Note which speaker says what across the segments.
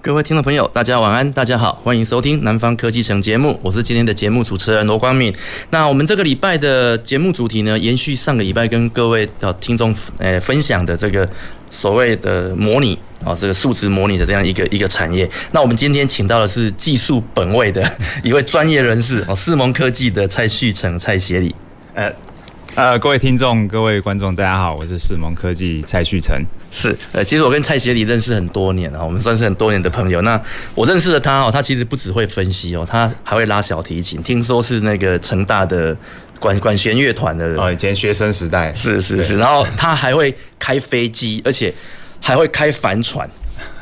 Speaker 1: 各位听众朋友，大家晚安，大家好，欢迎收听《南方科技城》节目，我是今天的节目主持人罗光敏。那我们这个礼拜的节目主题呢，延续上个礼拜跟各位的听众呃分享的这个所谓的模拟啊、哦，这个数值模拟的这样一个一个产业。那我们今天请到的是技术本位的一位专业人士哦，世盟科技的蔡旭成蔡协理。呃，
Speaker 2: 呃，各位听众、各位观众，大家好，我是世盟科技蔡旭成。
Speaker 1: 是，呃，其实我跟蔡协理认识很多年了，啊我们算是很多年的朋友。那我认识的他哦，他其实不只会分析哦，他还会拉小提琴，听说是那个成大的管管弦乐团的，
Speaker 2: 哦，以前学生时代
Speaker 1: 是是是，然后他还会开飞机，而且还会开帆船。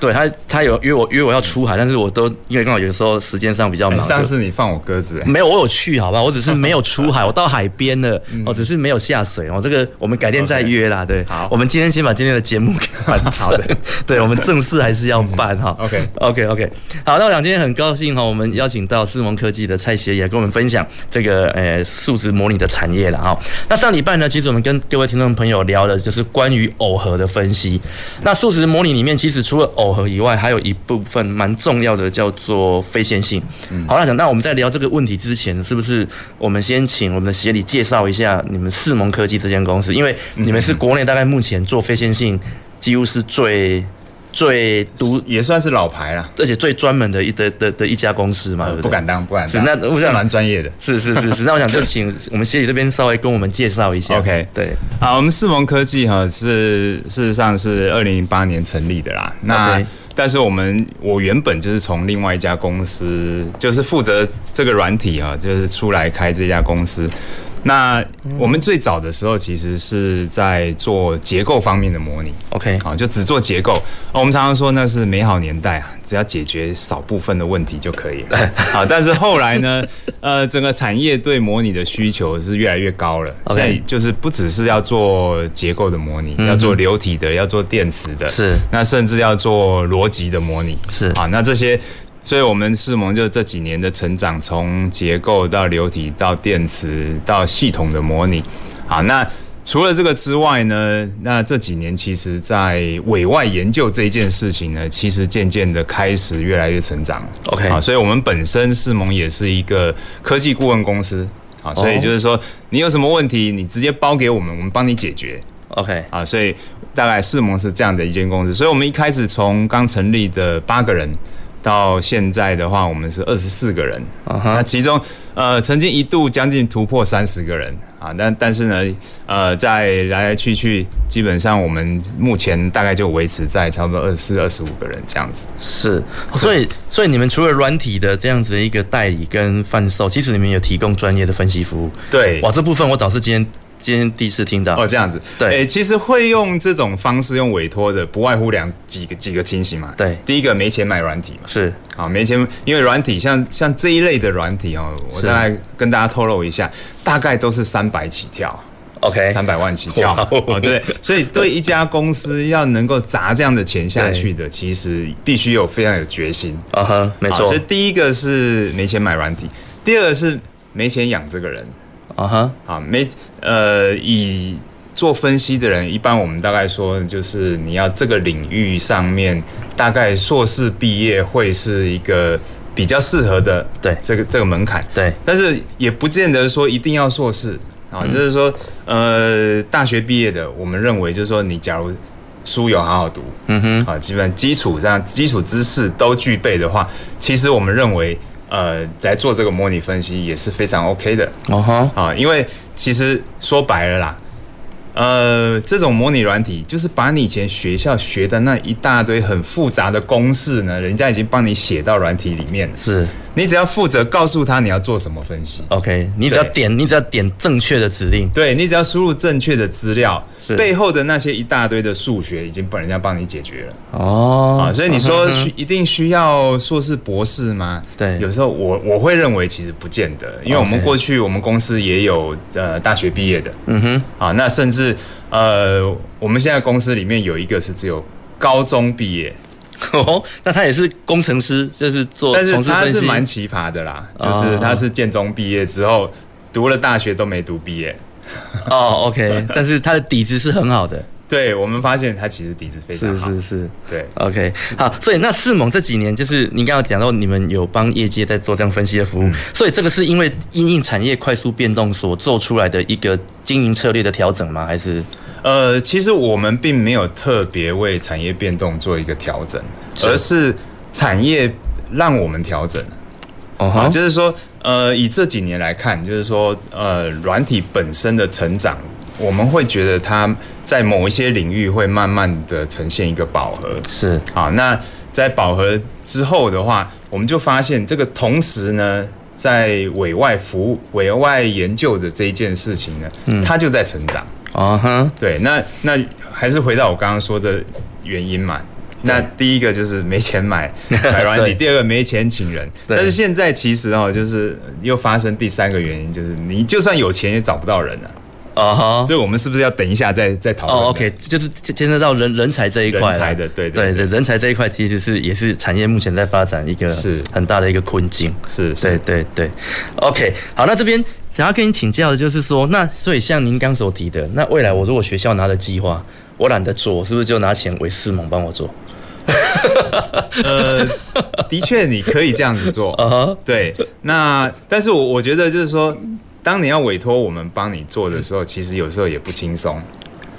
Speaker 1: 对他，他有约我约我要出海，但是我都因为刚好有时候时间上比较忙，
Speaker 2: 哎上
Speaker 1: 就
Speaker 2: 次你放我鸽子、哎
Speaker 1: 没有，我有去，好吧，我只是没有出海，我到海边 了，
Speaker 2: 嗯
Speaker 1: 我只是没有下水哦。这个我们改天再约啦，对。
Speaker 2: 好
Speaker 1: 我们今天先把今天的节目 给完成。对，我们正事还是要办哈。
Speaker 2: 嗯，OK
Speaker 1: OK OK，好，那我想今天很高兴哈，我们邀请到思盟科技的蔡协也跟我们分享这个呃数值模拟的产业了哈。那上礼拜呢，其实我们跟各位听众朋友聊的就是关于耦合的分析。那数值模拟里面，其实除了耦合以外，还有一部分蛮重要的叫做非线性。好，那想那我们在聊这个问题之前，是不是我们先请我们的协理介绍一下你们世盟科技这间公司？因为你们是国内大概目前做非线性几乎是最最独
Speaker 2: 也算是老牌啦，
Speaker 1: 而且最专门的一的的的一家公司嘛，对
Speaker 2: 呃
Speaker 1: 对
Speaker 2: 不敢当，不敢
Speaker 1: 是
Speaker 2: 当，
Speaker 1: 那我
Speaker 2: 是
Speaker 1: 想
Speaker 2: 蛮专业的。
Speaker 1: 是是 是是，那我想就请我们协理这边稍微跟我们介绍一下。
Speaker 2: OK
Speaker 1: 对，
Speaker 2: 好，我们世盟科技哈是事实上是二零零八年成立的啦。那
Speaker 1: OK
Speaker 2: 但是我们我原本就是从另外一家公司，就是负责这个软体啊，就是出来开这家公司。那
Speaker 1: 嗯
Speaker 2: 我们最早的时候其实是在做结构方面的模拟
Speaker 1: OK
Speaker 2: 好，啊就只做结构。哦我们常常说那是美好年代啊，只要解决少部分的问题就可以了。好，但是后来呢，呃，整个产业对模拟的需求是越来越高了。
Speaker 1: OK 嗯
Speaker 2: 现在就是不只是要做结构的模拟，要做流体的，要做电池的，
Speaker 1: 是
Speaker 2: 那甚至要做逻辑的模拟，
Speaker 1: 是
Speaker 2: 啊，那这些。所以，我们世盟就这几年的成长，从结构到流体，到电池，到系统的模拟。好，那除了这个之外呢，那这几年其实，在委外研究这一件事情呢，其实渐渐的开始越来越成长了。
Speaker 1: OK
Speaker 2: 好，所以我们本身世盟也是一个科技顾问公司。好，所
Speaker 1: 哦
Speaker 2: 以就是说，你有什么问题，你直接包给我们，我们帮你解决。
Speaker 1: OK
Speaker 2: 啊，所以大概世盟是这样的一间公司，所以我们一开始从刚成立的八个人。到现在的话，我们是二十四个人
Speaker 1: 啊
Speaker 2: 那其中呃曾经一度将近突破三十个人啊，但但是呢，呃，在来来去去，基本上我们目前大概就维持在差不多二十四、二十五个人这样子。
Speaker 1: 是，所以所以你们除了软体的这样子一个代理跟贩售，其实你们有提供专业的分析服务。
Speaker 2: 对
Speaker 1: 哇，这部分我倒是今天今天第一次听到。
Speaker 2: 哦，这样子，
Speaker 1: 对
Speaker 2: 诶其实会用这种方式用委托的，不外乎两几个几个情形嘛。
Speaker 1: 对
Speaker 2: 第一个没钱买软 体嘛，
Speaker 1: 是
Speaker 2: 好，啊没钱，因为软体像像这一类的软体哦，我
Speaker 1: 是
Speaker 2: 大概跟大家透露一下，大概都是三百起跳，
Speaker 1: OK
Speaker 2: 三百万起跳
Speaker 1: 哎哇
Speaker 2: 嘛，哦，对，所以对一家公司要能够砸这样的钱下去的，其实必须有非常有决心。
Speaker 1: 啊哈，没
Speaker 2: 好
Speaker 1: 错
Speaker 2: 所以第一个是没钱买软体，第二个是没钱养这个人。
Speaker 1: 啊哈
Speaker 2: 啊，没呃，以做分析的人，一般我们大概说就是你要这个领域上面大概硕士毕业会是一个比较适合的
Speaker 1: 对
Speaker 2: 这个这个门槛，
Speaker 1: 对
Speaker 2: 但是也不见得说一定要硕士啊，就是说呃，大学毕业的，我们认为就是说你假如书有好好读，嗯哼，啊，基本上基础上基础知识都具备的话，其实我们认为呃，来做这个模拟分析也是非常 OK 的。
Speaker 1: 哦哈
Speaker 2: 啊，因为其实说白了啦，呃，这种模拟软体就是把你以前学校学的那一大堆很复杂的公式呢，人家已经帮你写到软体里面了。
Speaker 1: 是
Speaker 2: 你只要负责告诉他你要做什么分析。
Speaker 1: OK，你只要
Speaker 2: 对
Speaker 1: 点，你只要点正确的指令。
Speaker 2: 对你只要输入正确的资料
Speaker 1: 是，
Speaker 2: 背后的那些一大堆的数学已经帮人家帮你解决了、
Speaker 1: 哦 Uh-huh，
Speaker 2: 啊！，所以你说需一定需要硕士博士吗？
Speaker 1: 嗯对
Speaker 2: 有时候我我会认为其实不见得，因为我们
Speaker 1: OK
Speaker 2: 过去我们公司也有呃大学毕业的，
Speaker 1: 嗯哼，
Speaker 2: 啊，那甚至呃我们现在公司里面有一个是只有高中毕业，
Speaker 1: 哦，那他也是工程师，就是做
Speaker 2: 但是
Speaker 1: 从事
Speaker 2: 他
Speaker 1: 分
Speaker 2: 是
Speaker 1: 析。
Speaker 2: 蛮奇葩的啦，就
Speaker 1: 哦
Speaker 2: 是他是建中毕业之后读了大学都没读毕业。
Speaker 1: 哦，OK，但是他的底子是很好 的，
Speaker 2: 对我们发现他其实底子非常
Speaker 1: 是
Speaker 2: 好，
Speaker 1: 是是。
Speaker 2: 对。
Speaker 1: OK，好，所以那四盟这几年就是你刚刚有讲到，你们有帮业界在做这样分析的服务，
Speaker 2: 嗯
Speaker 1: 所以这个是因为因应产业快速变动所做出来的一个经营策略的调整吗？还是
Speaker 2: 呃，其实我们并没有特别为产业变动做一个调整，而是产业让我们调整。
Speaker 1: 哦
Speaker 2: 啊，
Speaker 1: 哈
Speaker 2: 就是说，呃，以这几年来看，就是说，呃，软体本身的成长，我们会觉得它在某一些领域会慢慢的呈现一个饱和。
Speaker 1: 是
Speaker 2: 好，那在饱和之后的话，我们就发现这个同时呢，在委外服务、委外研究的这一件事情呢，它就在成长。
Speaker 1: 哦哈，
Speaker 2: 对，那那还是回到我刚刚说的原因嘛。那第一个就是没钱买买 软
Speaker 1: 对
Speaker 2: 体，第二个没钱请人。
Speaker 1: 对
Speaker 2: 但是现在其实哦，就是又发生第三个原因，就是你就算有钱也找不到人了、啊。
Speaker 1: 哦哈。
Speaker 2: 所以我们是不是要等一下再再讨论呢？
Speaker 1: 哦、o k 就是牵涉到人人才这一块啦，
Speaker 2: 人才的对
Speaker 1: 对对，
Speaker 2: 对
Speaker 1: 人才这一块其实是也是产业目前在发展一个
Speaker 2: 是
Speaker 1: 很大的一个困境。
Speaker 2: 是
Speaker 1: 对
Speaker 2: 是。
Speaker 1: 对对，OK，好，那这边想要跟你请教的就是说，那所以像您刚所提的，那未来我如果学校拿了计划，我懒得做，我是不是就拿钱为师盟帮我做？
Speaker 2: 呃，的确你可以这样子 做。
Speaker 1: 啊、
Speaker 2: 对，那但是我我觉得就是说，当你要委托我们帮你做的时候，其实有时候也不轻松。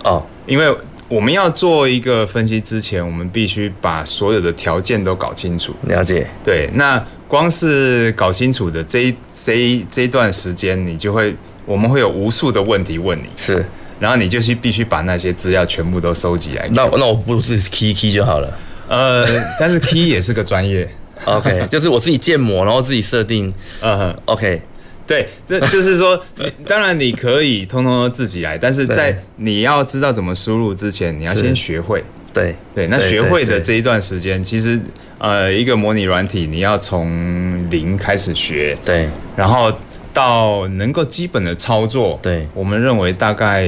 Speaker 1: 哦，
Speaker 2: 因为我们要做一个分析之前，我们必须把所有的条件都搞清楚。
Speaker 1: 了解，
Speaker 2: 对，那光是搞清楚的这一这一这一段时间，你就会我们会有无数的问题问你，
Speaker 1: 是，
Speaker 2: 然后你就去必须把那些资料全部都收集来。
Speaker 1: 那那我不如自己 key key 就好了。
Speaker 2: 呃，但是 Key 也是个专 业，
Speaker 1: OK，就是我自己建模，然后自己设定。
Speaker 2: 呃，
Speaker 1: OK，
Speaker 2: 对，这就是说，当然你可以通通都自己来，但是在
Speaker 1: 对
Speaker 2: 你要知道怎么输入之前，你要先
Speaker 1: 是
Speaker 2: 学会。
Speaker 1: 对
Speaker 2: 对，那学会的这一段时间，其实呃，一个模拟软体你要从零开始学，
Speaker 1: 对
Speaker 2: 然后到能够基本的操作，
Speaker 1: 对
Speaker 2: 我们认为大概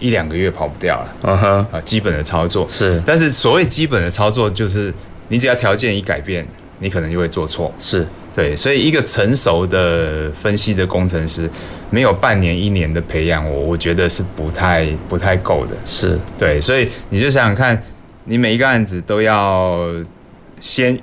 Speaker 2: 一两个月跑不掉了
Speaker 1: 对，嗯哼，
Speaker 2: 啊，基本的操作
Speaker 1: 是
Speaker 2: 但是所谓基本的操作，就是你只要条件一改变，你可能就会做错。
Speaker 1: 是
Speaker 2: 对，所以一个成熟的分析的工程师，没有半年一年的培养我，我觉得是不太不太够的。
Speaker 1: 是，
Speaker 2: 对，所以你就想想看，你每一个案子都要先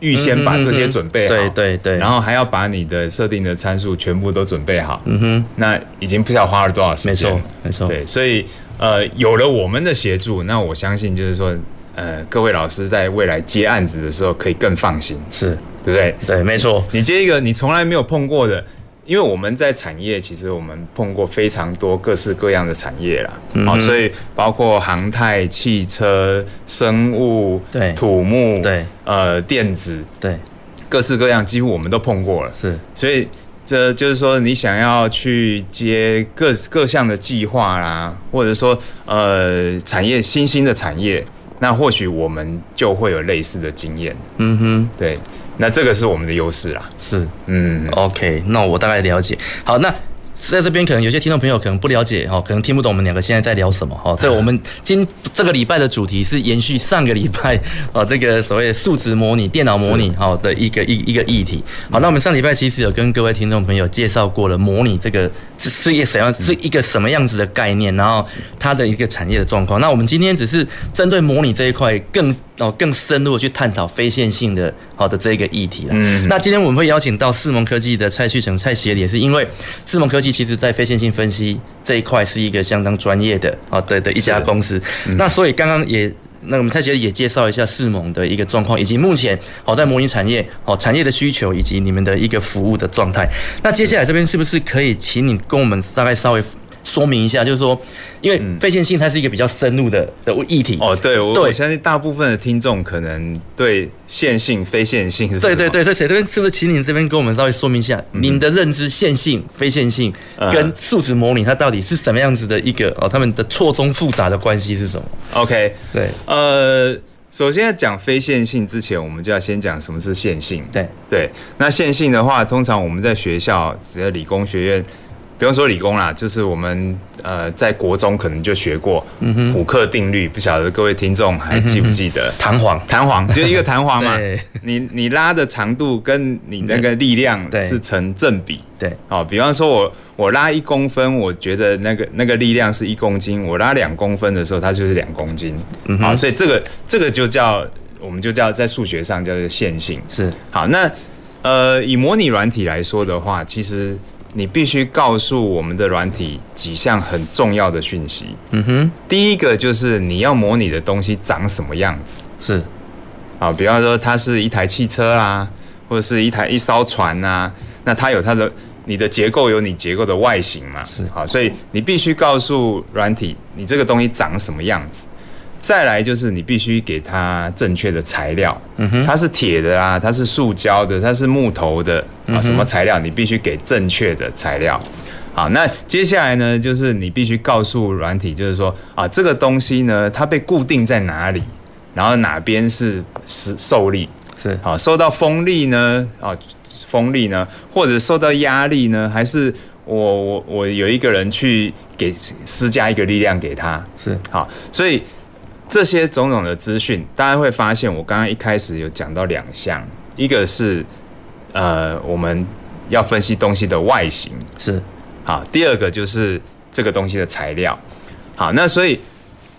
Speaker 2: 预先把这些准备好，
Speaker 1: 嗯嗯嗯嗯对对对
Speaker 2: 然后还要把你的设定的参数全部都准备好，
Speaker 1: 嗯哼，
Speaker 2: 那已经不知道花了多少时
Speaker 1: 没
Speaker 2: 间了，
Speaker 1: 错没错，
Speaker 2: 对，所以呃，有了我们的协助，那我相信就是说，呃，各位老师在未来接案子的时候可以更放心，
Speaker 1: 是，
Speaker 2: 对不对？
Speaker 1: 对，没错，
Speaker 2: 你接一个你从来没有碰过的，因为我们在产业，其实我们碰过非常多各式各样的产业啦，
Speaker 1: 嗯
Speaker 2: 好、所以包括航太、汽车、生物、
Speaker 1: 对
Speaker 2: 土木、
Speaker 1: 对，
Speaker 2: 呃，电子，
Speaker 1: 对，
Speaker 2: 各式各样，几乎我们都碰过了。
Speaker 1: 是
Speaker 2: 所以这就是说，你想要去接各各项的计划啦，或者说呃产业新兴的产业，那或许我们就会有类似的经验。
Speaker 1: 嗯哼，
Speaker 2: 对，那这个是我们的优势啦。
Speaker 1: 是。
Speaker 2: 嗯，
Speaker 1: OK，那我大概了解。好，那。在这边可能有些听众朋友可能不了解哈，可能听不懂我们两个现在在聊什么哦哈。所以我们今这个礼拜的主题是延续上个礼拜 啊这个所谓的数值模拟、电脑模拟哈的一个一一个议题。好，那我们上礼拜其实有跟各位听众朋友介绍过了模拟这个是是一个什么样是一个什么样子的概念，然后它的一个产业的状况。那我们今天只是针对模拟这一块更哦更深入的去探讨非线性的好的这个议题了。
Speaker 2: 嗯
Speaker 1: 那今天我们会邀请到四盟科技的蔡旭成、蔡协理，也是因为四盟科技其实在非线性分析这一块是一个相当专业的啊对的一家公司。
Speaker 2: 嗯
Speaker 1: 那所以刚刚也。那我们蔡协理也介绍一下四盟的一个状况，以及目前好在模拟产业好产业的需求，以及你们的一个服务的状态。那接下来这边是不是可以请你跟我们大概稍微说明一下，就是说，因为废线性它是一个比较深入的的议题。
Speaker 2: 哦，对，我
Speaker 1: 对
Speaker 2: 我相信大部分的听众可能对线性、非线性是什
Speaker 1: 对
Speaker 2: 么
Speaker 1: 对对，所以谁这边是不是请你这边跟我们稍微说明一下，您的认知线性、非线性
Speaker 2: 嗯
Speaker 1: 跟数值模拟它到底是什么样子的一个哦，他们的错综复杂的关系是什么？
Speaker 2: ，OK，
Speaker 1: 对
Speaker 2: 呃，首先在讲非线性之前，我们就要先讲什么是线性。
Speaker 1: 对
Speaker 2: 对，那线性的话，通常我们在学校，只在理工学院，不用说理工啦，就是我们呃在国中可能就学过
Speaker 1: 嗯
Speaker 2: 普克定律，不晓得各位听众还记不记得？
Speaker 1: 弹簧
Speaker 2: 弹簧 就是一个弹簧嘛
Speaker 1: 嗯对，嗯
Speaker 2: 你你拉的长度跟你那个力量
Speaker 1: 对
Speaker 2: 是成正比。
Speaker 1: 对
Speaker 2: 哦，比方说我我拉一公分，我觉得那个那个力量是一公斤，我拉两公分的时候，它就是两公斤。嗯好，所以这个这个就叫我们就叫在数学上叫做线性。
Speaker 1: 是
Speaker 2: 好，那呃，以模拟软体来说的话，其实你必须告诉我们的软体几项很重要的讯息。嗯哼，第一个就是你要模拟的东西长什么样子。
Speaker 1: 是
Speaker 2: 啊，比方说它是一台汽车啊，或者是一台一艘船啊，那它有它的你的结构有你结构的外形嘛，是好，所以你必须告诉软体你这个东西长什么样子。再来就是你必须给它正确的材料，嗯、它是铁的啊，它是塑胶的，它是木头的啊，什么材料你必须给正确的材料。好，那接下来呢，就是你必须告诉软体，就是说啊，这个东西呢，它被固定在哪里，然后哪边是是受力，
Speaker 1: 是
Speaker 2: 好，受到风力呢，啊，风力呢，或者受到压力呢，还是我我我有一个人去给施加一个力量给他，
Speaker 1: 是
Speaker 2: 好，所以这些种种的资讯，大家会发现，我刚刚一开始有讲到两项，一个是呃我们要分析东西的外形，
Speaker 1: 是
Speaker 2: 好，第二个就是这个东西的材料。好，那所以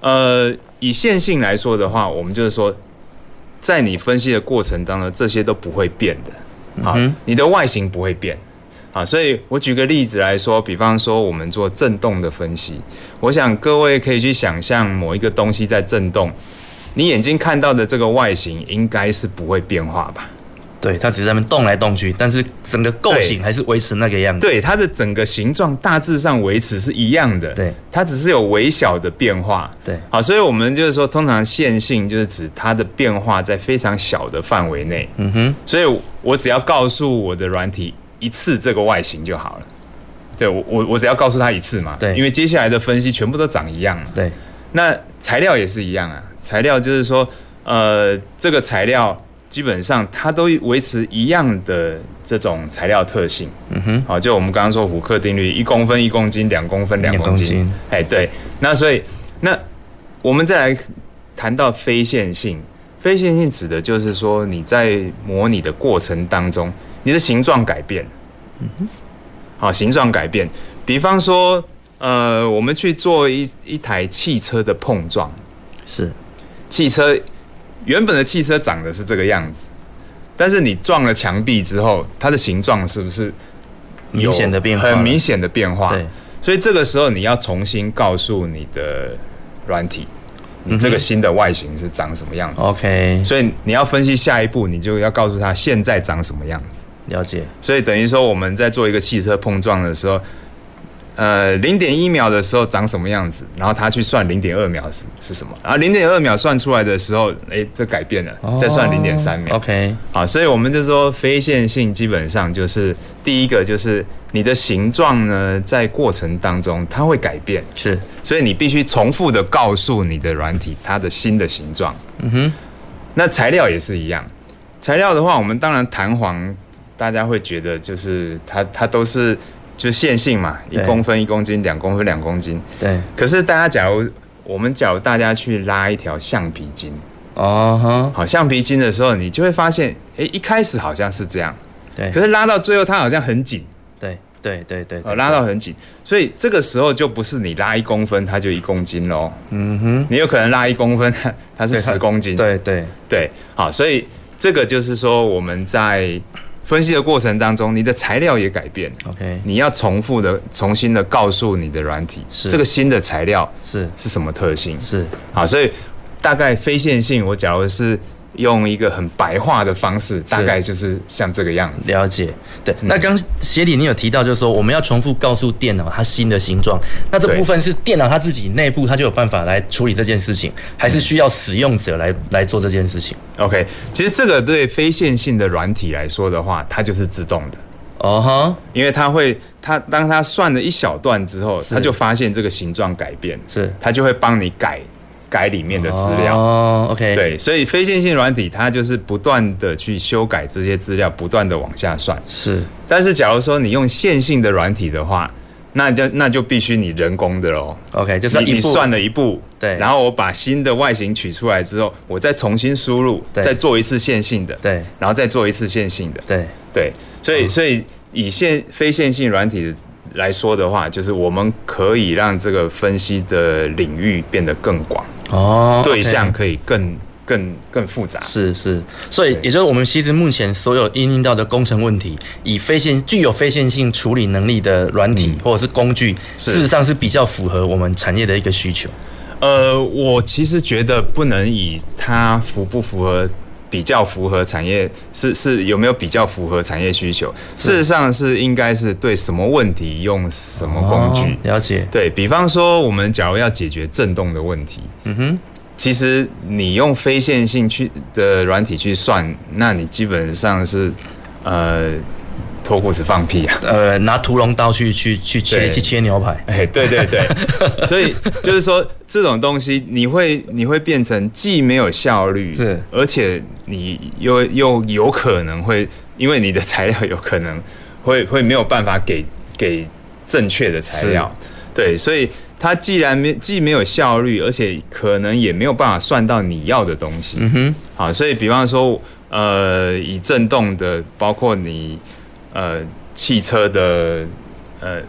Speaker 2: 呃，以线性来说的话，我们就是说，在你分析的过程当中，这些都不会变的。好，你的外形不会变。好，所以我举个例子来说，比方说我们做震动的分析，我想各位可以去想象某一个东西在震动，你眼睛看到的这个外形应该是不会变化吧？
Speaker 1: 对，它只是在那边动来动去，但是整个构型还是维持那个样子。
Speaker 2: 对，它的整个形状大致上维持是一样的，
Speaker 1: 对，
Speaker 2: 它只是有微小的变化，
Speaker 1: 对
Speaker 2: 好，所以我们就是说，通常线性就是指它的变化在非常小的范围内，嗯哼，所以我只要告诉我的软体一次这个外形就好了，对我我我只要告诉它一次嘛，
Speaker 1: 对
Speaker 2: 因为接下来的分析全部都长一样嘛，
Speaker 1: 对
Speaker 2: 那材料也是一样啊，材料就是说，呃，这个材料基本上它都维持一样的这种材料特性。嗯哼，好，就我们刚刚说虎克定律，一公分一公斤，两公分两公
Speaker 1: 两公
Speaker 2: 斤
Speaker 1: 斤。
Speaker 2: 哎，对，那所以那我们再来谈到非线性，非线性指的就是说你在模拟的过程当中，你的形状改变。好，形状改变。比方说，呃，我们去做一一台汽车的碰撞，
Speaker 1: 是
Speaker 2: 汽车原本的汽车长的是这个样子，但是你撞了墙壁之后，它的形状是不是有
Speaker 1: 明显的变化了，
Speaker 2: 很明显的变化。
Speaker 1: 对，
Speaker 2: 所以这个时候你要重新告诉你的软体，你这
Speaker 1: 嗯哼哦
Speaker 2: 个新的外形是长什么样子。
Speaker 1: OK，
Speaker 2: 所以你要分析下一步，你就要告诉他现在长什么样子。
Speaker 1: 了解。
Speaker 2: 所以等于说我们在做一个汽车碰撞的时候，呃，零点一秒的时候长什么样子，然后他去算零点二秒是是什么，然后零点二秒算出来的时候，诶，这改变了，再算零点三秒。
Speaker 1: OK，
Speaker 2: 好，所以我们就说非线性基本上就是第一个就是你的形状呢，在过程当中它会改变，
Speaker 1: 是
Speaker 2: 所以你必须重复的告诉你的软体它的新的形状。嗯哼，那材料也是一样。材料的话，我们当然弹簧，大家会觉得就是它它都是就线性嘛，一
Speaker 1: 对
Speaker 2: 公分一公斤，两公分两公斤。
Speaker 1: 对
Speaker 2: 可是大家假如我们假如大家去拉一条橡皮筋，
Speaker 1: 哦哈，
Speaker 2: 好橡皮筋的时候，你就会发现，诶，一开始好像是这样，
Speaker 1: 对
Speaker 2: 可是拉到最后它好像很紧，
Speaker 1: 对对对对，
Speaker 2: 哦，拉到很紧，所以这个时候就不是你拉一公分它就一公斤喽。
Speaker 1: 嗯哼，
Speaker 2: 你有可能拉一公分， 它它是
Speaker 1: 对它
Speaker 2: 十公斤。
Speaker 1: 对对
Speaker 2: 对，好，所以这个就是说我们在分析的过程当中，你的材料也改变，
Speaker 1: ，OK，
Speaker 2: 你要重复的、重新的告诉你的软体，
Speaker 1: 是
Speaker 2: 这个新的材料
Speaker 1: 是
Speaker 2: 是什么特性。
Speaker 1: 是
Speaker 2: 好，所以大概非线性，我假如是用一个很白话的方式，大概就是像这个样子。
Speaker 1: 了解，对。
Speaker 2: 嗯
Speaker 1: 那刚协理你有提到，就是说我们要重复告诉电脑它新的形状，那这
Speaker 2: 对
Speaker 1: 部分是电脑它自己内部它就有办法来处理这件事情，还
Speaker 2: 嗯
Speaker 1: 是需要使用者来来做这件事情？
Speaker 2: OK，其实这个对非线性的软体来说的话，它就是自动的，
Speaker 1: 哦哈，
Speaker 2: 因为它会，它当它算了一小段之后，它就发现这个形状改变，
Speaker 1: 是
Speaker 2: 它就会帮你改改里面的资料。
Speaker 1: 哦，OK，，
Speaker 2: 对，所以非线性软体它就是不断的去修改这些资料，不断的往下算。
Speaker 1: 是
Speaker 2: 但是假如说你用线性的软体的话，那就那就必须你人工的喽。
Speaker 1: OK，就是要
Speaker 2: 你
Speaker 1: 一
Speaker 2: 你
Speaker 1: 步
Speaker 2: 算了一步，
Speaker 1: 对
Speaker 2: 然后我把新的外形取出来之后，我再重新输入，
Speaker 1: 对
Speaker 2: 再做一次线性的，
Speaker 1: 对
Speaker 2: 然后再做一次线性的，
Speaker 1: 对，嗯
Speaker 2: 对，所以所以以线非线性软体来说的话，就是我们可以让这个分析的领域变得更广，
Speaker 1: 哦，
Speaker 2: 对象
Speaker 1: OK
Speaker 2: 可以更更更复杂，
Speaker 1: 是是，所以
Speaker 2: 对
Speaker 1: 也就是我们其实目前所有应用到的工程问题，以非线具有非线性处理能力的软体、或者是工具，
Speaker 2: 嗯是
Speaker 1: 事实上是比较符合我们产业的一个需求。
Speaker 2: 呃，我其实觉得不能以它符不符合。比较符合产业是是有没有比较符合产业需求？事实上是应该是对什么问题用什么工具。
Speaker 1: 哦了解，
Speaker 2: 对比方说，我们假如要解决震动的问题，嗯
Speaker 1: 哼，
Speaker 2: 其实你用非线性去的软体去算，那你基本上是呃脱裤子放屁啊。
Speaker 1: 呃，拿屠龙刀去去去切
Speaker 2: 对
Speaker 1: 去切牛 排，
Speaker 2: 哎，对对对，所以就是说这种东西，你会你会变成既没有效率，
Speaker 1: 是
Speaker 2: 而且你又又有可能会，因为你的材料有可能会会没有办法给给正确的材料，对，所以它既然没既没有效率，而且可能也没有办法算到你要的东西，嗯
Speaker 1: 哼，
Speaker 2: 好，所以比方说，呃，以震动的，包括你呃汽车的呃，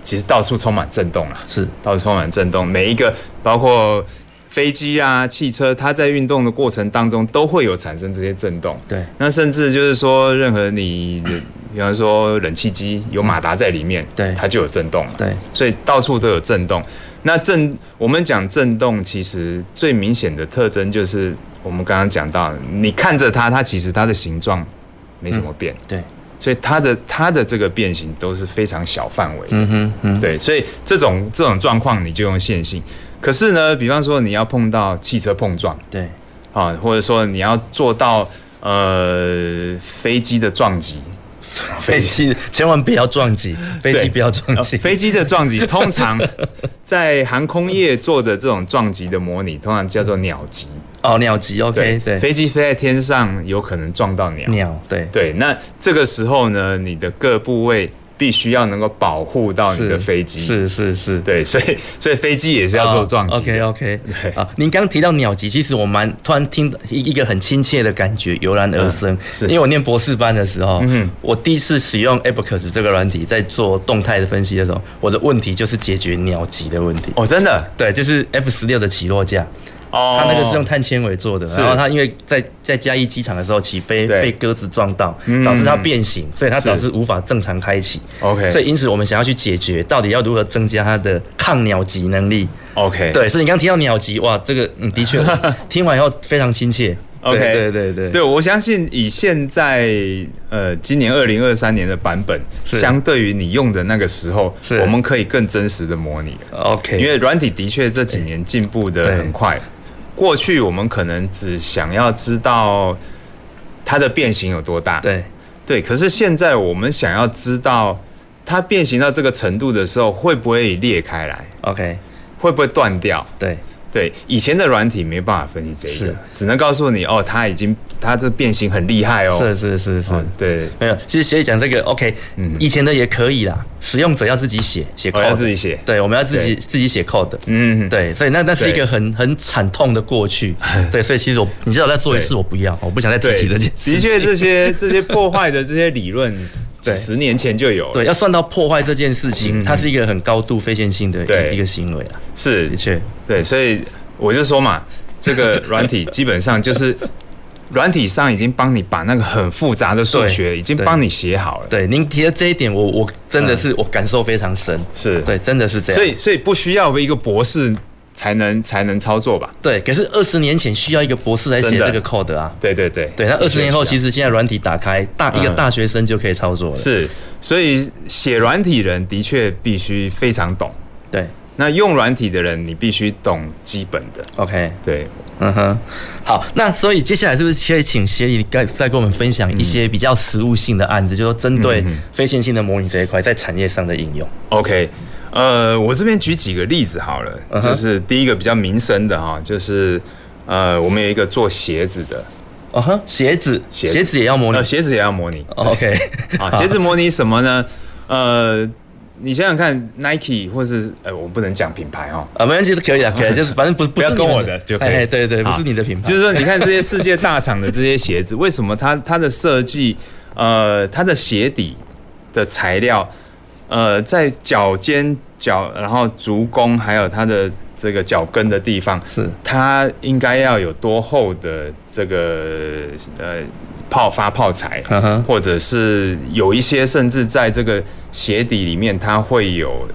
Speaker 2: 其实到处充满震动啦，啊
Speaker 1: 是
Speaker 2: 到处充满震动，每一个包括飞机啊、汽车，它在运动的过程当中都会有产生这些震动。
Speaker 1: 对，
Speaker 2: 那甚至就是说，任何你的，比方说冷气机有马达在里面，
Speaker 1: 对
Speaker 2: 它就有震动了。
Speaker 1: 对，
Speaker 2: 所以到处都有震动。那震，我们讲震动，其实最明显的特征就是我们刚刚讲到，你看着它，它其实它的形状没什么变，
Speaker 1: 对，
Speaker 2: 所以它的它的这个变形都是非常小范围的。
Speaker 1: 嗯哼，嗯，
Speaker 2: 对，所以这种这种状况你就用线性。可是呢，比方说你要碰到汽车碰撞
Speaker 1: 对，
Speaker 2: 啊，或者说你要做到呃飞机的撞击，
Speaker 1: 飞机 千万不要撞击，飞机
Speaker 2: 对啊
Speaker 1: 不要 撞击，
Speaker 2: 呃飞机的撞击通常在航空业做的这种撞击的模拟，通常叫做鸟击。
Speaker 1: 哦，鸟击，OK，对，
Speaker 2: 飞机飞在天上有可能撞到鸟。
Speaker 1: 鸟，对，
Speaker 2: 对，那这个时候呢，你的各部位必须要能够保护到你
Speaker 1: 是
Speaker 2: 的飞机。，
Speaker 1: 是是是，
Speaker 2: 对，所以所以飞机也是要做撞击的。
Speaker 1: 哦 OK OK，
Speaker 2: 对
Speaker 1: 啊，您刚提到鸟集，其实我蛮突然听一一个很亲切的感觉油然而生，
Speaker 2: 嗯是
Speaker 1: 因为我念博士班的时候，
Speaker 2: 嗯哼
Speaker 1: 我第一次使用 Abacus 这个软体在做动态的分析的时候，我的问题就是解决鸟集的问题。
Speaker 2: 哦，真的
Speaker 1: 对，就是 F 十六的起落架，
Speaker 2: 哦，
Speaker 1: 它那个是用碳纤维做的，
Speaker 2: 是
Speaker 1: 然后它因为在在嘉义机场的时候起飞
Speaker 2: 对
Speaker 1: 被鸽子撞到
Speaker 2: 嗯，
Speaker 1: 导致它变形，所以它
Speaker 2: 是
Speaker 1: 导致无法正常开启。
Speaker 2: OK
Speaker 1: 所以因此我们想要去解决到底要如何增加它的抗鸟集能力。
Speaker 2: 哦 OK，
Speaker 1: 对，所以你刚刚提到鸟集，哇，这个嗯，的确 听完以后非常亲切。
Speaker 2: OK，
Speaker 1: 对对对
Speaker 2: 对，我相信以现在呃今年二零二三年的版本，
Speaker 1: 是
Speaker 2: 相对于你用的那个时候
Speaker 1: 是，
Speaker 2: 我们可以更真实的模拟了，
Speaker 1: ，OK，
Speaker 2: 因为软体的确这几年进步的
Speaker 1: 对
Speaker 2: 很快。过去我们可能只想要知道它的变形有多大，
Speaker 1: 对
Speaker 2: 对，可是现在我们想要知道它变形到这个程度的时候，会不会裂开来，
Speaker 1: OK，
Speaker 2: 会不会断掉？
Speaker 1: 对
Speaker 2: 对，以前的软体没办法分析这一个
Speaker 1: 是，
Speaker 2: 只能告诉你哦，它已经它这变形很厉害哦。
Speaker 1: 是是是是。
Speaker 2: 哦对，
Speaker 1: 没有，其实写讲这个 OK，、
Speaker 2: 嗯
Speaker 1: 以前的也可以啦。使用者要自己写写
Speaker 2: 哦
Speaker 1: code，、
Speaker 2: 要自己写
Speaker 1: 对，我们要自己
Speaker 2: 对
Speaker 1: 自己写 code。
Speaker 2: 嗯，
Speaker 1: 对，所以那那是一个
Speaker 2: 对
Speaker 1: 很很惨痛的过去。对，所以其实我，你知道我再做一次，
Speaker 2: 对
Speaker 1: 我不要，我不想再提
Speaker 2: 对，
Speaker 1: 起这件事情。
Speaker 2: 的确，这些这些破坏的这些理论，几
Speaker 1: 对
Speaker 2: 十年前就有了。
Speaker 1: 对，要算到破坏这件事情，
Speaker 2: 嗯
Speaker 1: 它是一个很高度非线性的
Speaker 2: 对
Speaker 1: 一一个行为啊。
Speaker 2: 是
Speaker 1: 的，确，
Speaker 2: 对，所以我就说嘛，这个软体基本上就是 软体上已经帮你把那个很复杂的数
Speaker 1: 对
Speaker 2: 学已经
Speaker 1: 对
Speaker 2: 帮你写好了。，
Speaker 1: 对，您提的这一点，我
Speaker 2: 哎
Speaker 1: 我真的是、我感受非常深，
Speaker 2: 是
Speaker 1: 对，真的是这样。啊
Speaker 2: 所以所以不需要一个博士才能才能操作吧？
Speaker 1: 对，可是二十年前需要一个博士来写
Speaker 2: 真的
Speaker 1: 这个 code 啊。
Speaker 2: 对对对，
Speaker 1: 对，那二十年后，
Speaker 2: 的确啊
Speaker 1: 其实现在软体打开，大一个
Speaker 2: 嗯
Speaker 1: 大学生就可以操作了。，
Speaker 2: 是这样是，所以写软体人的确必须非常懂，
Speaker 1: 对
Speaker 2: 那用软体的人你必须懂基本的，
Speaker 1: ，OK，
Speaker 2: 对，
Speaker 1: 嗯哼，好，那所以接下来是不是可以请协理再再跟我们分享一些比较实务性的案子，就是说针对非线性的模拟这一块在产业上的应用？
Speaker 2: OK，呃，我这边举几个例子好了
Speaker 1: 嗯哼
Speaker 2: 就是第一个比较民生的哈，就是呃，我们有一个做鞋子的，
Speaker 1: 哦哼，鞋子，
Speaker 2: 鞋子
Speaker 1: 鞋子也要模拟
Speaker 2: 嗯呃，鞋子也要模拟
Speaker 1: 哦？OK，
Speaker 2: 啊，鞋子模拟什么呢？呃，你想想看，Nike 或是呃，我不能讲品牌哈、
Speaker 1: 啊，没关系，可以啊，可以啊，就是反正 不不
Speaker 2: 不
Speaker 1: 是
Speaker 2: 要
Speaker 1: 你
Speaker 2: 跟我的就可以
Speaker 1: 哎对对，不
Speaker 2: 好
Speaker 1: 是你的品牌，
Speaker 2: 就是说，你看这些世界大厂的这些鞋子，为什么它它的设计，呃，它的鞋底的材料，呃，在脚尖、脚，然后足弓，还有它的这个脚跟的地方，
Speaker 1: 是
Speaker 2: 它应该要有多厚的这个呃泡发泡材，
Speaker 1: 嗯哼
Speaker 2: 或者是有一些甚至在这个鞋底里面，它会有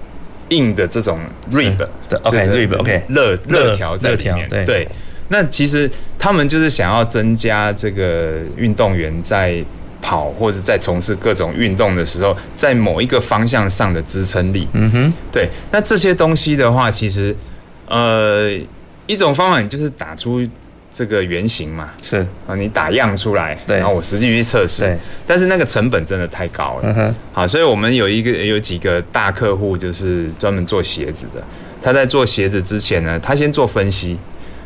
Speaker 2: 硬的这种 rib，
Speaker 1: 对，OK，
Speaker 2: 就是
Speaker 1: rib，OK
Speaker 2: 热
Speaker 1: 热
Speaker 2: 热条在里面
Speaker 1: 热条，对
Speaker 2: 对。那其实他们就是想要增加这个运动员在跑或者在从事各种运动的时候，在某一个方向上的支撑力。
Speaker 1: 嗯哼，
Speaker 2: 对，那这些东西的话，其实呃，一种方法你就是打出这个原型嘛，
Speaker 1: 是
Speaker 2: 啊，你打样出来，
Speaker 1: 对
Speaker 2: 然后我实际去测试
Speaker 1: 对，
Speaker 2: 但是那个成本真的太高了。
Speaker 1: 嗯哼
Speaker 2: 好，所以我们有一个有几个大客户就是专门做鞋子的，他在做鞋子之前呢，他先做分析。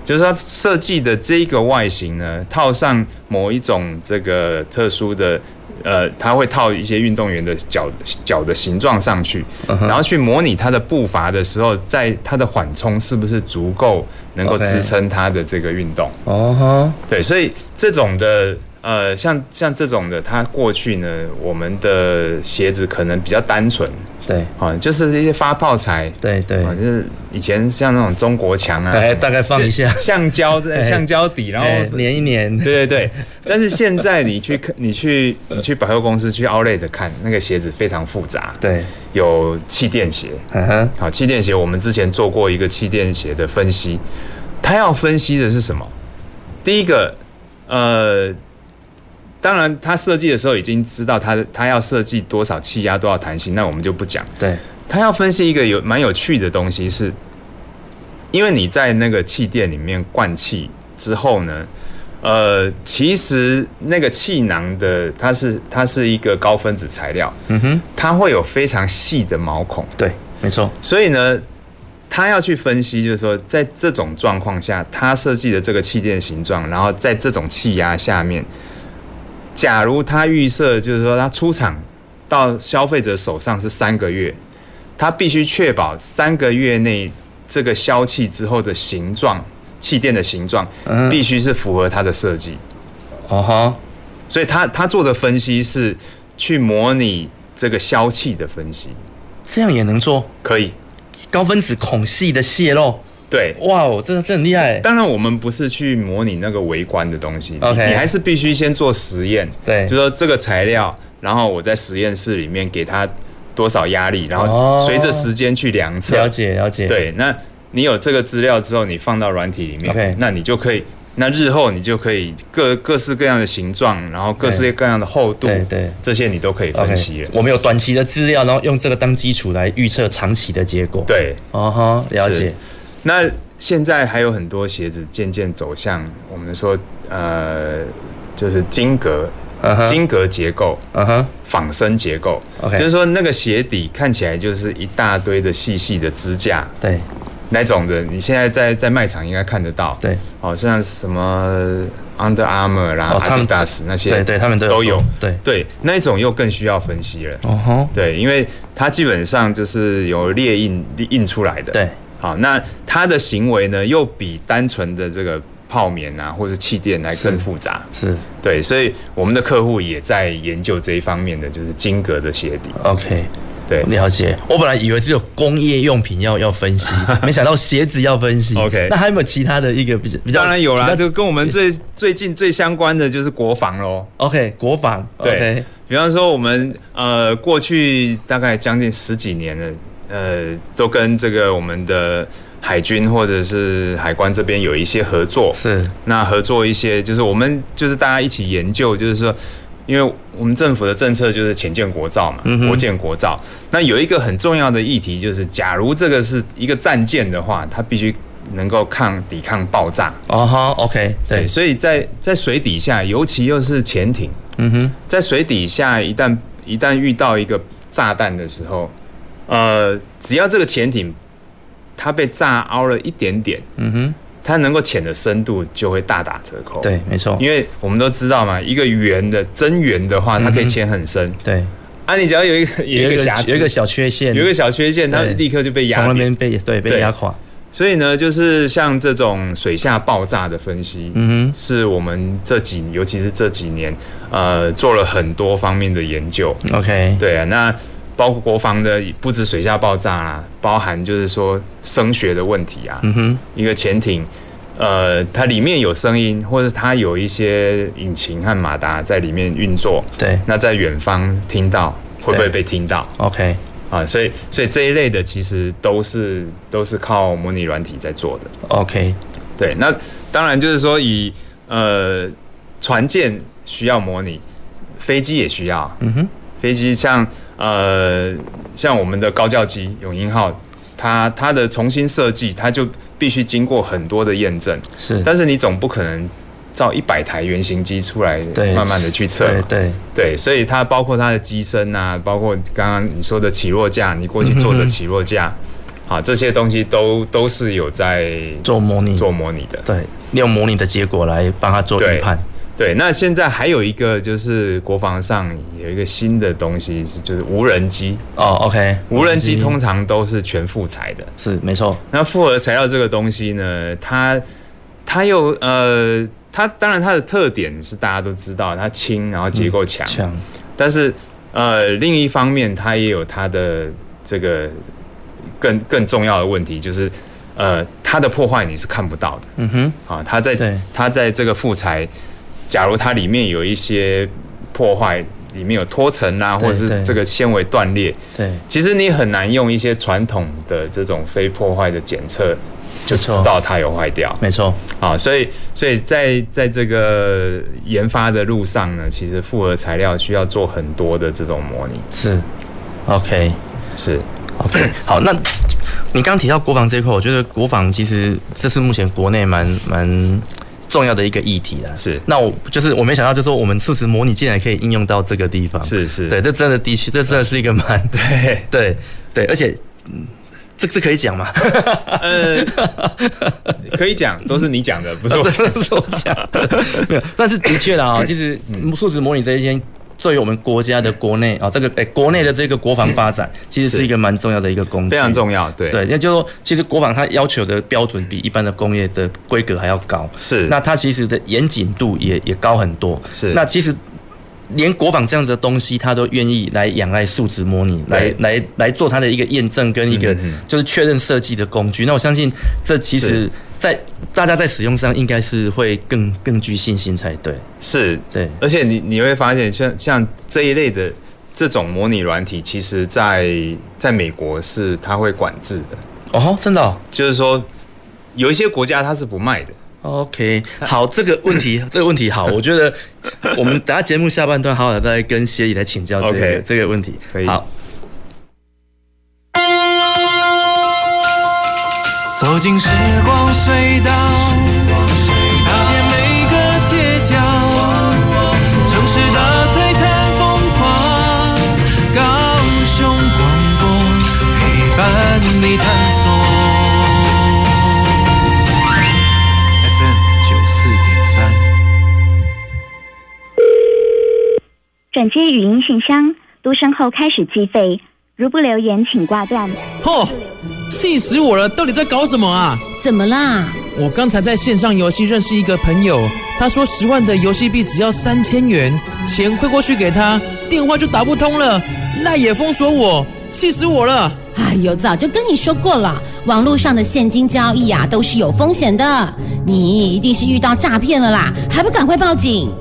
Speaker 2: 就是他设计的这一个外形呢，套上某一种这个特殊的，呃，他会套一些运动员的脚脚的形状上去，
Speaker 1: 嗯
Speaker 2: 然后去模拟他的步伐的时候，在他的缓冲是不是足够能够
Speaker 1: OK
Speaker 2: 支撑他的这个运动。
Speaker 1: 哦哈，
Speaker 2: 对，所以这种的呃，像像这种的，它过去呢，我们的鞋子可能比较单纯
Speaker 1: 对
Speaker 2: 啊，就是一些发泡材。
Speaker 1: 对对
Speaker 2: 啊，，就是以前像那种中国墙啊，
Speaker 1: 哎
Speaker 2: 什么
Speaker 1: 大概放一下
Speaker 2: 就 橡胶在
Speaker 1: 哎
Speaker 2: 橡胶底，然后
Speaker 1: 哎粘一粘，
Speaker 2: 对对对，但是现在你去看，你去你去百货公司去 Outlet 看那个鞋子非常复杂，，
Speaker 1: 对，
Speaker 2: 有气垫鞋，
Speaker 1: 嗯哼，
Speaker 2: 好，气垫鞋我们之前做过一个气垫鞋的分析，它要分析的是什么？第一个，呃，当然它设计的时候已经知道它它要设计多少气压、多少弹性，那我们就不讲。
Speaker 1: 对，
Speaker 2: 它要分析一个有蛮有趣的东西是，因为你在那个气垫里面灌气之后呢，呃，其实那个气囊的它是它是一个高分子材料，
Speaker 1: 嗯哼，
Speaker 2: 它会有非常细的毛孔。
Speaker 1: 对，没错，
Speaker 2: 所以呢，他要去分析，就是说，在这种状况下，他设计的这个气垫形状，然后在这种气压下面，假如他预设就是说，他出厂到消费者手上是三个月，他必须确保三个月内这个消气之后的形状，气垫的形状
Speaker 1: 嗯
Speaker 2: 必须是符合他的设计。
Speaker 1: 哦哈，
Speaker 2: 所以他他做的分析是去模拟这个消气的分析，
Speaker 1: 这样也能做
Speaker 2: 可以。
Speaker 1: 高分子孔隙的泄漏，
Speaker 2: 对，
Speaker 1: 哇哦，真的真的很厉害，
Speaker 2: 当然，我们不是去模拟那个微观的东西
Speaker 1: OK
Speaker 2: 你你还是必须先做实验。
Speaker 1: 对
Speaker 2: 就说这个材料，然后我在实验室里面给它多少压力，然
Speaker 1: 哦
Speaker 2: 后随着时间去量测。
Speaker 1: 了解了解，，
Speaker 2: 对，那你有这个资料之后，你放到软体里面
Speaker 1: OK
Speaker 2: 那你就可以，那日后你就可以各各式各样的形状，然后各式各样的厚度，
Speaker 1: 对对
Speaker 2: 这些你都可以
Speaker 1: OK，
Speaker 2: 分析了。
Speaker 1: 我们有短期的资料，然后用这个当基础来预测长期的结果，，
Speaker 2: 对，
Speaker 1: 哦哈，了
Speaker 2: 是
Speaker 1: 解，
Speaker 2: 那现在还有很多鞋子渐渐走向我们说呃，就是晶格、
Speaker 1: 嗯哼
Speaker 2: 晶格结构、
Speaker 1: 嗯哼，
Speaker 2: 仿生结构
Speaker 1: OK
Speaker 2: 就是说那个鞋底看起来就是一大堆的细细的支架
Speaker 1: 对
Speaker 2: 那种的，你现在在在卖场应该看得到。
Speaker 1: 对，
Speaker 2: 哦，像什么 Under Armour 啦、
Speaker 1: 哦他们
Speaker 2: Adidas 那些，
Speaker 1: 对对，他们都有
Speaker 2: 都
Speaker 1: 做
Speaker 2: 有。
Speaker 1: 对，
Speaker 2: 对，那一种又更需要分析了。
Speaker 1: 哦哈，
Speaker 2: 对，因为它基本上就是有列印印出来的。
Speaker 1: 对，
Speaker 2: 好，那它的行为呢，又比单纯的这个泡棉啊或者气垫来更复杂。
Speaker 1: 是
Speaker 2: 对，所以我们的客户也在研究这一方面的，就是金格的鞋底。
Speaker 1: OK。
Speaker 2: 对
Speaker 1: 了解，我本来以为只有工业用品要要分 析，没想到鞋子要分析。
Speaker 2: OK
Speaker 1: 那还有没有其他的一个比较比较？
Speaker 2: 当然有
Speaker 1: 比
Speaker 2: 啦，
Speaker 1: 较
Speaker 2: 就跟我们最最近最相关的就是国防喽。
Speaker 1: OK 国防
Speaker 2: 对
Speaker 1: OK
Speaker 2: 比方说我们呃过去大概将近十几年了，呃，都跟这个我们的海军或者是海关这边有一些合作，
Speaker 1: 是
Speaker 2: 那合作一些，就是我们就是大家一起研究，就是说，因为我们政府的政策就是浅见国造嘛，国建国造。那有一个很重要的议题就是，假如这个是一个战舰的话，它必须能够抗抵抗爆炸。
Speaker 1: 哦哈，OK，对，
Speaker 2: 所以在在水底下，尤其又是潜艇，
Speaker 1: 嗯哼，
Speaker 2: 在水底下一旦一旦遇到一个炸弹的时候，呃，只要这个潜艇它被炸凹了一点点，
Speaker 1: 嗯哼，
Speaker 2: 它能够潜的深度就会大打折扣。
Speaker 1: 对，没错，
Speaker 2: 因为我们都知道嘛，一个圆的真圆的话，它可以潜很深。
Speaker 1: 对，
Speaker 2: 啊，你只要有一个有一个瑕疵，
Speaker 1: 嗯有一个小缺陷，
Speaker 2: 有一个小缺陷，它
Speaker 1: 对
Speaker 2: 立刻就被
Speaker 1: 从
Speaker 2: 压
Speaker 1: 那
Speaker 2: 扁。
Speaker 1: 边被对被
Speaker 2: 对
Speaker 1: 压垮，
Speaker 2: 所以呢，就是像这种水下爆炸的分析，
Speaker 1: 嗯哼
Speaker 2: 是我们这几，尤其是这几年，呃，做了很多方面的研究。
Speaker 1: 嗯，OK，
Speaker 2: 对啊，那包括国防的，不止水下爆炸啊，包含就是说声学的问题啊，
Speaker 1: 嗯哼，
Speaker 2: 一个潜艇，呃，它里面有声音，或者它有一些引擎和马达在里面运作，
Speaker 1: 对
Speaker 2: 那在远方听到会不
Speaker 1: 对
Speaker 2: 会被听到
Speaker 1: ，OK，
Speaker 2: 啊？所以，所以这一类的其实都是都是靠模拟软体在做的。
Speaker 1: OK，
Speaker 2: 对，那当然就是说以呃船舰需要模拟，飞机也需要，
Speaker 1: 嗯哼，
Speaker 2: 飞机像呃像我们的高教机永鹰号，它它的重新设计，它就必须经过很多的验证，
Speaker 1: 是，
Speaker 2: 但是你总不可能造一百台原型机出来，
Speaker 1: 对，
Speaker 2: 慢慢的去测嘛，
Speaker 1: 对对，
Speaker 2: 对，所以它包括它的机身啊，包括刚刚你说的起落架，你过去做
Speaker 1: 嗯
Speaker 2: 的起落架，啊，这些东西都都是有在
Speaker 1: 做模拟
Speaker 2: 做模拟的。
Speaker 1: 对，利用模拟的结果来帮他做预
Speaker 2: 对
Speaker 1: 判，
Speaker 2: 对，那现在还有一个就是国防上有一个新的东西是就是无人机，
Speaker 1: 哦，OK，
Speaker 2: 无人机通常都是全复材的。
Speaker 1: 是没错，
Speaker 2: 那复合材料这个东西呢，它它又呃，它当然它的特点是大家都知道，它轻，然后结构嗯强，
Speaker 1: 强，
Speaker 2: 但是呃，另一方面，它也有它的这个更更重要的问题，就是呃，它的破坏你是看不到的
Speaker 1: 嗯哼，
Speaker 2: 啊。它
Speaker 1: 对
Speaker 2: 在它在这个复材，假如它里面有一些破坏，里面有脱层啊，
Speaker 1: 对
Speaker 2: 或者
Speaker 1: 对
Speaker 2: 是这个纤维断裂，
Speaker 1: 对，
Speaker 2: 其实你很难用一些传统的这种非破坏的检测就
Speaker 1: 没
Speaker 2: 知
Speaker 1: 错
Speaker 2: 道它有坏掉。
Speaker 1: 没错，
Speaker 2: 啊，所以所以在在这个研发的路上呢，其实复合材料需要做很多的这种模拟，
Speaker 1: 是，OK，
Speaker 2: 是
Speaker 1: OK，好，那你刚刚提到国防这一块，我觉得国防其实这是目前国内蛮蛮重要的一个议题啦。
Speaker 2: 是
Speaker 1: 那我就是我没想到，就是说我们数值模拟竟然可以应用到这个地方。
Speaker 2: 是是
Speaker 1: 对，这真的的确，这真的是一个蛮
Speaker 2: 对，
Speaker 1: 对对，而且嗯这这可以讲吗？
Speaker 2: 呃，可以讲，都是你讲的，不 是我讲的。
Speaker 1: 这是我讲的， 没有，但是的确啦啊，其实数值模拟这一些。对于我们国家的国内啊，这个诶、国内的这个国防发展，其实是一个蛮重要的一个工具，
Speaker 2: 非常重要，对
Speaker 1: 对，那就是说，其实国防它要求的标准比一般的工业的规格还要高，
Speaker 2: 是
Speaker 1: 那它其实的严谨度也也高很多，
Speaker 2: 是
Speaker 1: 那其实。连国防这样子的东西，它都愿意来仰赖数值模拟，来
Speaker 2: 对
Speaker 1: 来来做它的一个验证跟一个
Speaker 2: 嗯嗯嗯
Speaker 1: 就是确认设计的工具。那我相信，这其实
Speaker 2: 是
Speaker 1: 在大家在使用上应该是会更更具信心才对。
Speaker 2: 是，
Speaker 1: 对
Speaker 2: 而且你你会发现像，像这一类的这种模拟软体，其实在在美国是它会管制的，
Speaker 1: 哦，真的、哦、
Speaker 2: 就是说有一些国家它是不卖的，
Speaker 1: OK，好，这个问题， 这个问题好，我觉得我们等下节目下半段好好的再跟协理来请教这个
Speaker 2: OK，
Speaker 1: 这个问题。
Speaker 2: 可以
Speaker 1: 好，
Speaker 3: 走进时光隧道，踏遍每个街角，城市的璀璨风狂，高雄广播陪伴你探索。FM 九四点三。
Speaker 4: 转接语音信箱，嘟声后开始计费，如不留言请挂断。
Speaker 3: 嚯、气死我了！到底在搞什么啊？
Speaker 5: 怎么啦？
Speaker 3: 我刚才在线上游戏认识一个朋友，他说十万的游戏币只要三千元，钱汇过去给他，电话就打不通了，赖也封锁我，气死我了！
Speaker 5: 哎呦，早就跟你说过了，网络上的现金交易啊都是有风险的，你一定是遇到诈骗了啦，还不赶快报警？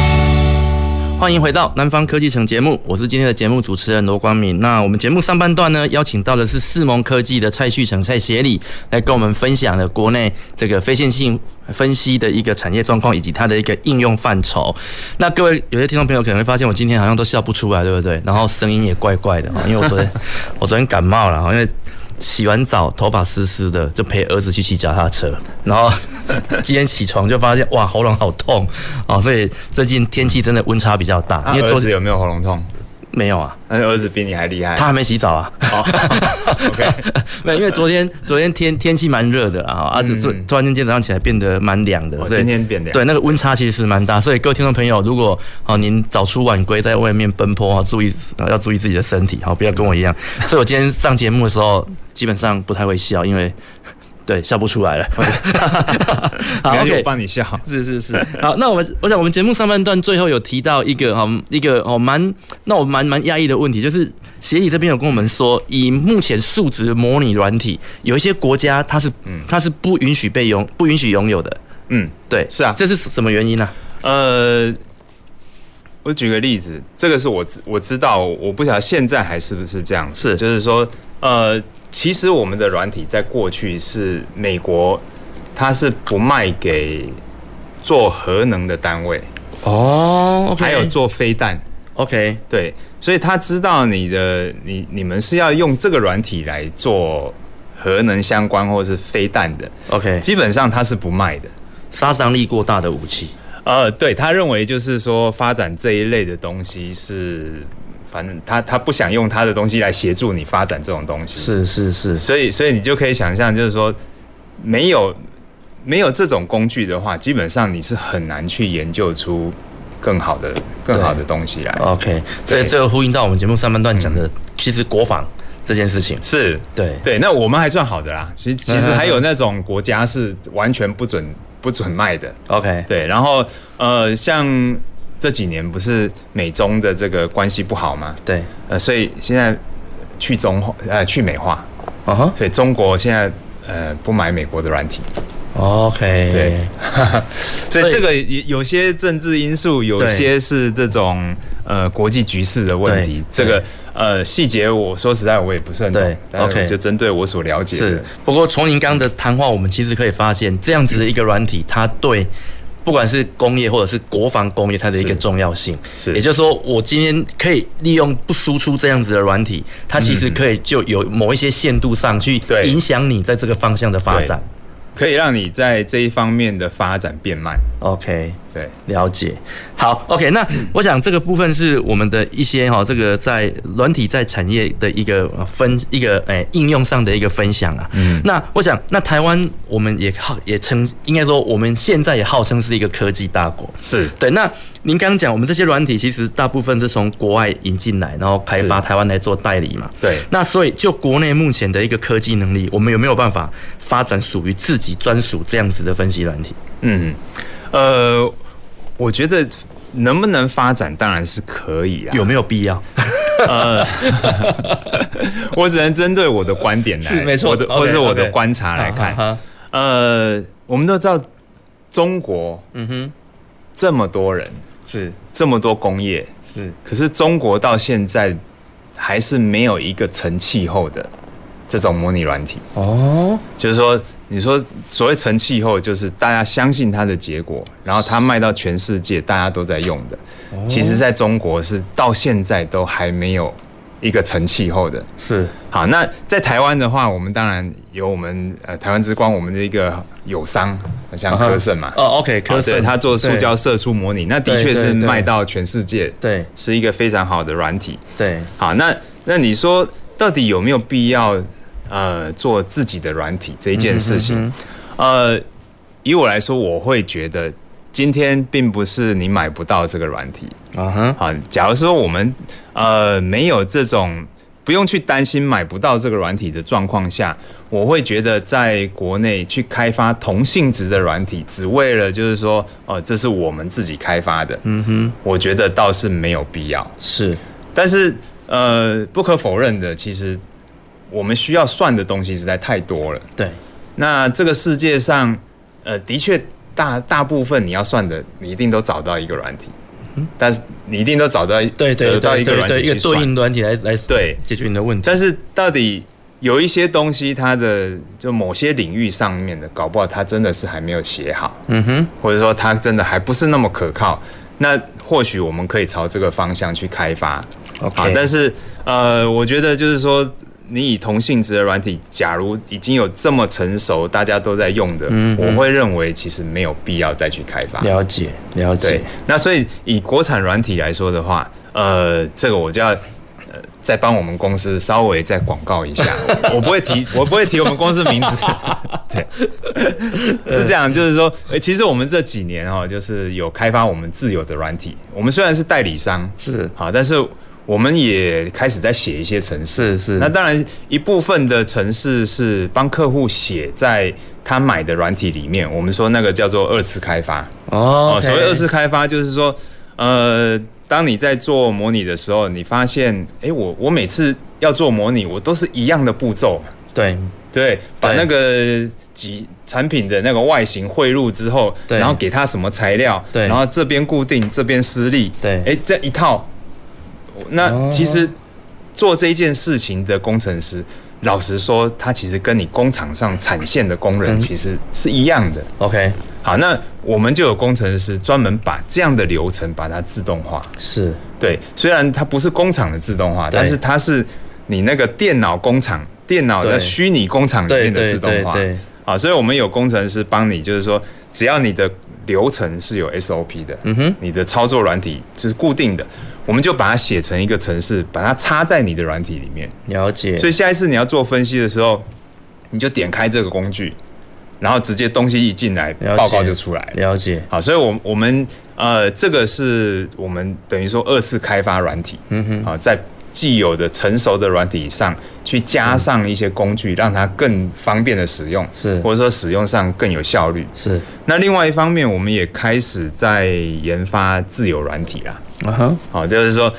Speaker 1: 欢迎回到南方科技城节目，我是今天的节目主持人罗光敏。那我们节目上半段呢，邀请到的是世盟科技的蔡旭成、蔡协理来跟我们分享了国内这个非线性分析的一个产业状况以及它的一个应用范畴。那各位有些听众朋友可能会发现，我今天好像都笑不出来，对不对？然后声音也怪怪的哦，因为我昨天 我昨天感冒了，因为。洗完澡，头发湿湿的，就陪儿子去骑脚踏车。然后 今天起床就发现，哇，喉咙好痛啊、哦！所以最近天气真的温差比较大。
Speaker 2: 那
Speaker 1: 因为
Speaker 2: 啊儿
Speaker 1: 昨
Speaker 2: 子有没有喉咙 痛？
Speaker 1: 没有啊，
Speaker 2: 那儿子比你还厉害。
Speaker 1: 他还没洗澡啊。
Speaker 2: 哎哦，OK，
Speaker 1: 没有，因为昨天昨天天天气蛮热的啊，啊，只是突然间今天早上起来变得蛮凉的
Speaker 2: 嗯哦，
Speaker 1: 所以
Speaker 2: 今天变凉
Speaker 1: 对，那个温差其实是蛮大，所以各位听众朋友，如果啊您早出晚归在外面奔波啊，注意啊要注意自己的身体，哦好，不要跟我一 样。所以我今天上节目的时候，基本上不太会笑，因为对笑不出 来了。好
Speaker 2: 没关系，
Speaker 1: ，OK
Speaker 2: 我。帮你笑。
Speaker 1: 是是是， 好，那我们我想我们节目上半段最后有提到一个哈一个哦蛮那我蛮蛮讶异的问题，就是协理这边有跟我们说，以目前数值模拟软体，有一些国家它是它是不允许被拥不允许拥有的，
Speaker 2: 嗯，
Speaker 1: 对，
Speaker 2: 是啊
Speaker 1: 这是什么原因呢、
Speaker 2: 呃，我举个例子，这个是我知我知道，我不晓得现在还是不是这样子，
Speaker 1: 是
Speaker 2: 就是说，呃，其实我们的软体在过去是美国，它是不卖给做核能的单位，
Speaker 1: 哦，OK，
Speaker 2: 还有做飞弹，
Speaker 1: OK，
Speaker 2: 对，所以他知道你的你你们是要用这个软体来做核能相关或是飞弹的，
Speaker 1: OK，
Speaker 2: 基本上它是不卖的。
Speaker 1: 杀伤力过大的武器，
Speaker 2: 呃，对他认为就是说发展这一类的东西是，反正他他不想用他的东西来协助你发展这种东西，，
Speaker 1: 是是是
Speaker 2: 所以所以你就可以想象，就是说没有没有这种工具的话，基本上你是很难去研究出更好的更好的东西来。
Speaker 1: ，OK，所以
Speaker 2: 对
Speaker 1: 这个呼应到我们节目上半段讲的，其实国防这件事情，
Speaker 2: 是
Speaker 1: 嗯对
Speaker 2: 对，那我们还算好的啦。其实其实还有那种国家是完全不准不准卖的，
Speaker 1: ，OK，
Speaker 2: 对，然后呃，像这几年不是美中的这个关系不好吗？
Speaker 1: 对，
Speaker 2: 呃，所以现在去中化呃去美化，
Speaker 1: 啊哈
Speaker 2: 所以中国现在呃不买美国的软体，
Speaker 1: ，OK，
Speaker 2: 对，
Speaker 1: 所
Speaker 2: 所以
Speaker 1: 以
Speaker 2: 这个也有些政治因素，有
Speaker 1: 对
Speaker 2: 些是这种呃国际局势的问题
Speaker 1: 对，
Speaker 2: 这个呃细节我说实在我也不是很
Speaker 1: 对
Speaker 2: 懂，但是
Speaker 1: OK
Speaker 2: 就针对我所了解的
Speaker 1: 是，，不过从您刚刚的谈话，我们其实可以发现，这样子的一个软体，它对不管是工业或者是国防工业，它的一个
Speaker 2: 是
Speaker 1: 重要性。
Speaker 2: 是
Speaker 1: 也就是说，我今天可以利用不输出这样子的软体，它其实可以就有某一些限度上去
Speaker 2: 对
Speaker 1: 影响你在这个方向的发展。
Speaker 2: 可以让你在这一方面的发展变慢。
Speaker 1: OK，
Speaker 2: 对，
Speaker 1: 了解。好，OK，那我想这个部分是我们的一些哈，这个在软体在产业的一个呃分一个诶、呃应用上的一个分享啊。嗯，那我想，那台湾我们也号也称，应该说我们现在也号称是一个科技大国。
Speaker 2: 是
Speaker 1: 对，那您刚刚讲，我们这些软体其实大部分是从国外引进来，然后开发
Speaker 2: 是
Speaker 1: 台湾来做代理嘛。
Speaker 2: 对
Speaker 1: 那所以就国内目前的一个科技能力，我们有没有办法发展属于自己专属这样子的分析软体？
Speaker 2: 嗯，呃，我觉得能不能发展当然是可以啊。
Speaker 1: 有没有必要？
Speaker 2: 呃，我只能针对我的观点来，
Speaker 1: 是没错
Speaker 2: 我的
Speaker 1: OK，
Speaker 2: 或者我的
Speaker 1: OK
Speaker 2: 观察来看。
Speaker 1: 哈哈哈
Speaker 2: 呃，我们都知道中国
Speaker 1: 嗯哼，
Speaker 2: 这么多人，
Speaker 1: 是
Speaker 2: 这么多工业，
Speaker 1: 是
Speaker 2: 可是中国到现在还是没有一个成气候的这种模拟软体。
Speaker 1: 哦，
Speaker 2: 就是说，你说所谓成气候，就是大家相信它的结果，然后它卖到全世界，大家都在用的。
Speaker 1: 哦
Speaker 2: 其实在中国是到现在都还没有一个成气候的。
Speaker 1: 是
Speaker 2: 好，那在台湾的话，我们当然有我们呃台湾之光，我们的一个友商，像科盛嘛，
Speaker 1: 哦，OK，科
Speaker 2: 啊对
Speaker 1: 森
Speaker 2: 它做塑胶射出模拟，那的确
Speaker 1: 对
Speaker 2: 是
Speaker 1: 对对
Speaker 2: 卖到全世界，
Speaker 1: 对
Speaker 2: 是一个非常好的软体。
Speaker 1: 对
Speaker 2: 好，那那你说到底有没有必要呃做自己的软体这一件事
Speaker 1: 嗯
Speaker 2: 情？呃，以我来说，我会觉得今天并不是你买不到这个软体。
Speaker 1: 啊哈，
Speaker 2: 好，假如说我们呃没有这种不用去担心买不到这个软体的状况下，我会觉得在国内去开发同性质的软体，只为了就是说，哦、这是我们自己开发的，嗯哼，我觉得倒是没有必要。
Speaker 1: 是
Speaker 2: 但是呃，不可否认的，其实我们需要算的东西实在太多了。
Speaker 1: 对
Speaker 2: 那这个世界上，呃，的确大大部分你要算的，你一定都找到一个软体，但是你一定都找到
Speaker 1: 嗯对对
Speaker 2: 找到
Speaker 1: 对
Speaker 2: 一个
Speaker 1: 对
Speaker 2: 软
Speaker 1: 对，
Speaker 2: 体
Speaker 1: 一个
Speaker 2: 去
Speaker 1: 对
Speaker 2: 算。
Speaker 1: 应软体来来
Speaker 2: 对
Speaker 1: 解决你的问题。
Speaker 2: 但是到底有一些东西，它的就某些领域上面的，搞不好它真的是还没有写好，
Speaker 1: 嗯哼，
Speaker 2: 或者说它真的还不是那么可靠。那或许我们可以朝这个方向去开发。
Speaker 1: OK
Speaker 2: 好，但是呃，我觉得就是说，你以同性质的软体，假如已经有这么成熟，大家都在用的，
Speaker 1: 嗯嗯
Speaker 2: 我会认为其实没有必要再去开发。
Speaker 1: 了解了
Speaker 2: 对
Speaker 1: 解，，
Speaker 2: 那所以以国产软体来说的话，呃，这个我就要。呃再帮我们公司稍微再广告一下， 我不会提，我不会提我们公司名字。对，是这样，就是说，呃其实我们这几年哦，就是有开发我们自有的软体。我们虽然是代理商，
Speaker 1: 是
Speaker 2: 好，但是我们也开始在写一些城市。
Speaker 1: 是是
Speaker 2: 那当然，一部分的城市是帮客户写在他买的软体里面，我们说那个叫做二次开发。
Speaker 1: 哦
Speaker 2: 哦，所谓二次开发就是说，呃，当你在做模拟的时候，你发现，诶，我我每次要做模拟，我都是一样的步骤嘛，
Speaker 1: 对
Speaker 2: 对，把那个几产品的那个外形汇入之后，
Speaker 1: 对
Speaker 2: 然后给它什么材料，
Speaker 1: 对
Speaker 2: 然后这边固定，这边施力，
Speaker 1: 对哦
Speaker 2: 诶，这一套，那其实做这一件事情的工程师。老实说，他其实跟你工厂上产线的工人
Speaker 1: 嗯
Speaker 2: 其实是一样的。
Speaker 1: ，OK
Speaker 2: 好，那我们就有工程师专门把这样的流程把它自动化。
Speaker 1: 是
Speaker 2: 对，虽然它不是工厂的自动化，
Speaker 1: 对
Speaker 2: 但是它是你那个电脑工厂、电脑
Speaker 1: 对
Speaker 2: 的虚拟工厂里
Speaker 1: 对
Speaker 2: 面的
Speaker 1: 对
Speaker 2: 嗯自动
Speaker 1: 对
Speaker 2: 化。
Speaker 1: 对，
Speaker 2: 啊，所以我们有工程师帮你，就是说，只要你的流程是有 SOP 的，嗯
Speaker 1: 哼，
Speaker 2: 你的操作软体就是固定的，我们就把它写成一个程式，把它插在你的软体里面。
Speaker 1: 了解，
Speaker 2: 所以下一次你要做分析的时候，你就点开这个工具，然后直接东西一进来，
Speaker 1: 了解
Speaker 2: 报告就出来了。
Speaker 1: 了解
Speaker 2: 好，所以我，我们呃，这个是我们等于说二次开发软体，嗯哼，好、在既有的成熟的软体上去加上一些工具，让它更方便的使用，
Speaker 1: 是
Speaker 2: 或者说使用上更有效率。
Speaker 1: 是
Speaker 2: 那另外一方面，我们也开始在研发自有软体啦，
Speaker 1: 啊哈，
Speaker 2: 好、就是说，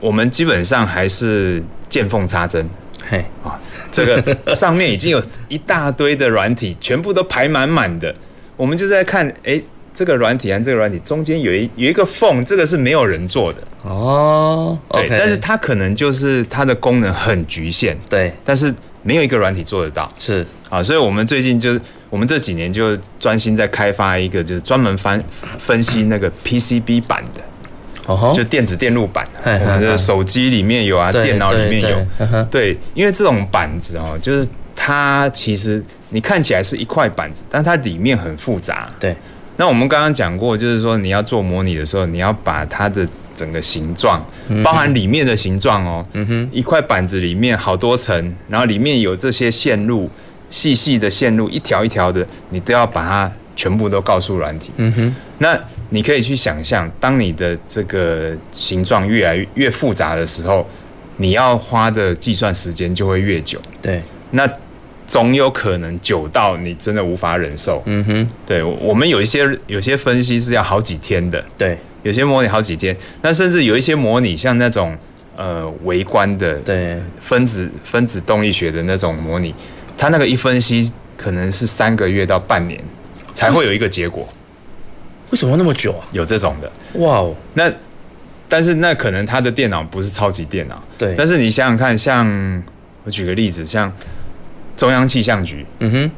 Speaker 2: 我们基本上还是见缝插针。
Speaker 1: 嘿
Speaker 2: 啊，这个上面已经有一大堆的软体，全部都排满满的。我们就在看，诶，这个软体和这个软体中间有一有一个缝，这个是没有人做的，
Speaker 1: 哦
Speaker 2: 对。
Speaker 1: ，OK，
Speaker 2: 但是它可能就是它的功能很局限，
Speaker 1: 对
Speaker 2: 但是没有一个软体做得到
Speaker 1: 是
Speaker 2: 啊。所以我们最近就我们这几年就专心在开发一个，就是专门翻分析那个 PCB 版的。
Speaker 1: 哦吼
Speaker 2: 就电子电路板，
Speaker 1: 嘿嘿
Speaker 2: 我们的手机里面有啊，
Speaker 1: 对
Speaker 2: 电脑里
Speaker 1: 对
Speaker 2: 面
Speaker 1: 对嗯
Speaker 2: 有
Speaker 1: 哼，
Speaker 2: 对，因为这种板子哦，就是它其实你看起来是一块板子，但它里面很复杂，
Speaker 1: 对
Speaker 2: 那我们刚刚讲过，就是说你要做模拟的时候，你要把它的整个形状，
Speaker 1: 嗯
Speaker 2: 包含里面的形状哦，一块板子里面好多层，然后里面有这些线路，细细的线路，一条一条的，你都要把它全部都告诉软体。
Speaker 1: 嗯哼，
Speaker 2: 那你可以去想象，当你的这个形状越来越越复杂的时候，你要花的计算时间就会越久。
Speaker 1: 对，
Speaker 2: 那总有可能久到你真的无法忍受。
Speaker 1: 嗯哼，
Speaker 2: 对，我我们有一些有些分析是要好几天的，
Speaker 1: 对
Speaker 2: 有些模拟好几天，那甚至有一些模拟像那种呃微观的
Speaker 1: 对，
Speaker 2: 分子分子动力学的那种模拟，它那个一分析可能是三个月到半年才会有一个结果，
Speaker 1: 为什么要那么久啊？
Speaker 2: 有这种的。
Speaker 1: 哇哦，
Speaker 2: 那但是那可能他的电脑不是超级电脑，
Speaker 1: 对
Speaker 2: 但是你想想看，像我举个例子，像中央气象局
Speaker 1: 嗯哼，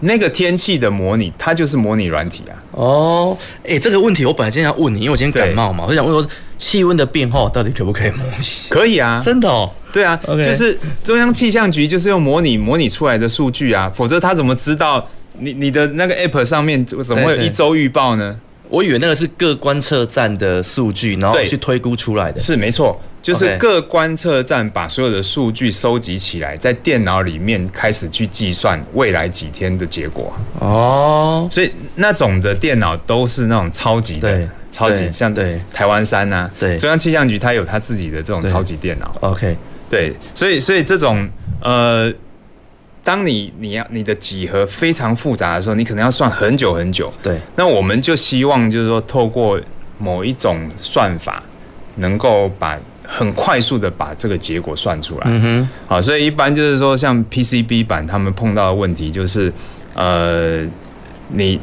Speaker 2: 那个天气的模拟，它就是模拟软体啊。
Speaker 1: 哦，哎、这个问题我本来今天要问你，因为我今天感
Speaker 2: 对
Speaker 1: 冒嘛，我想问说气温的变化到底可不可以模拟？
Speaker 2: 可以啊，
Speaker 1: 真的哦，
Speaker 2: 对啊
Speaker 1: OK
Speaker 2: 就是中央气象局就是用模拟模拟出来的数据啊，否则他怎么知道你你的那个 app 上面怎么会有
Speaker 1: 对对
Speaker 2: 一周预报呢？
Speaker 1: 我以为那个是各观测站的数据，然后
Speaker 2: 对
Speaker 1: 去推估出来的。
Speaker 2: 是没错，就是
Speaker 1: OK
Speaker 2: 各观测站把所有的数据收集起来，在电脑里面开始去计算未来几天的结果啊。
Speaker 1: 哦，
Speaker 2: 所以那种的电脑都是那种超级的
Speaker 1: 对，
Speaker 2: 超级
Speaker 1: 对
Speaker 2: 像
Speaker 1: 对
Speaker 2: 台湾山呐、啊，
Speaker 1: 对
Speaker 2: 中央气象局它有它自己的这种
Speaker 1: 对
Speaker 2: 超级电脑，
Speaker 1: OK，
Speaker 2: 对，所以所以这种呃，当你你要你的几何非常复杂的时候，你可能要算很久很久。
Speaker 1: 对，
Speaker 2: 那我们就希望就是说，透过某一种算法，能够把很快速的把这个结果算出来。
Speaker 1: 嗯
Speaker 2: 好，所以一般就是说，像 PCB 版他们碰到的问题就是，呃，你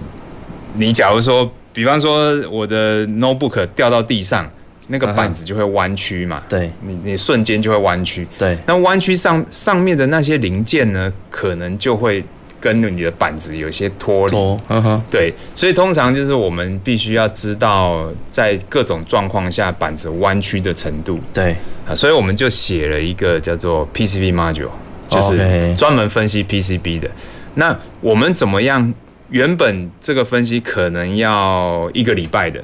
Speaker 2: 你假如说，比方说我的 notebook 掉到地上，那个
Speaker 1: 嗯哼
Speaker 2: 板子就会弯曲嘛，
Speaker 1: 对
Speaker 2: 你你瞬间就会弯曲，
Speaker 1: 对
Speaker 2: 那弯曲上上面的那些零件呢，可能就会跟你的板子有一些脱
Speaker 1: 哼，
Speaker 2: 离。
Speaker 1: 哦，嗯哼，
Speaker 2: 对，所以通常就是我们必须要知道，在各种状况下板子弯曲的程度，
Speaker 1: 对，
Speaker 2: 啊，所以我们就写了一个叫做 PCB module，就是
Speaker 1: 哦 OK
Speaker 2: 专门分析 PCB 的。那我们怎么样？原本这个分析可能要一个礼拜的，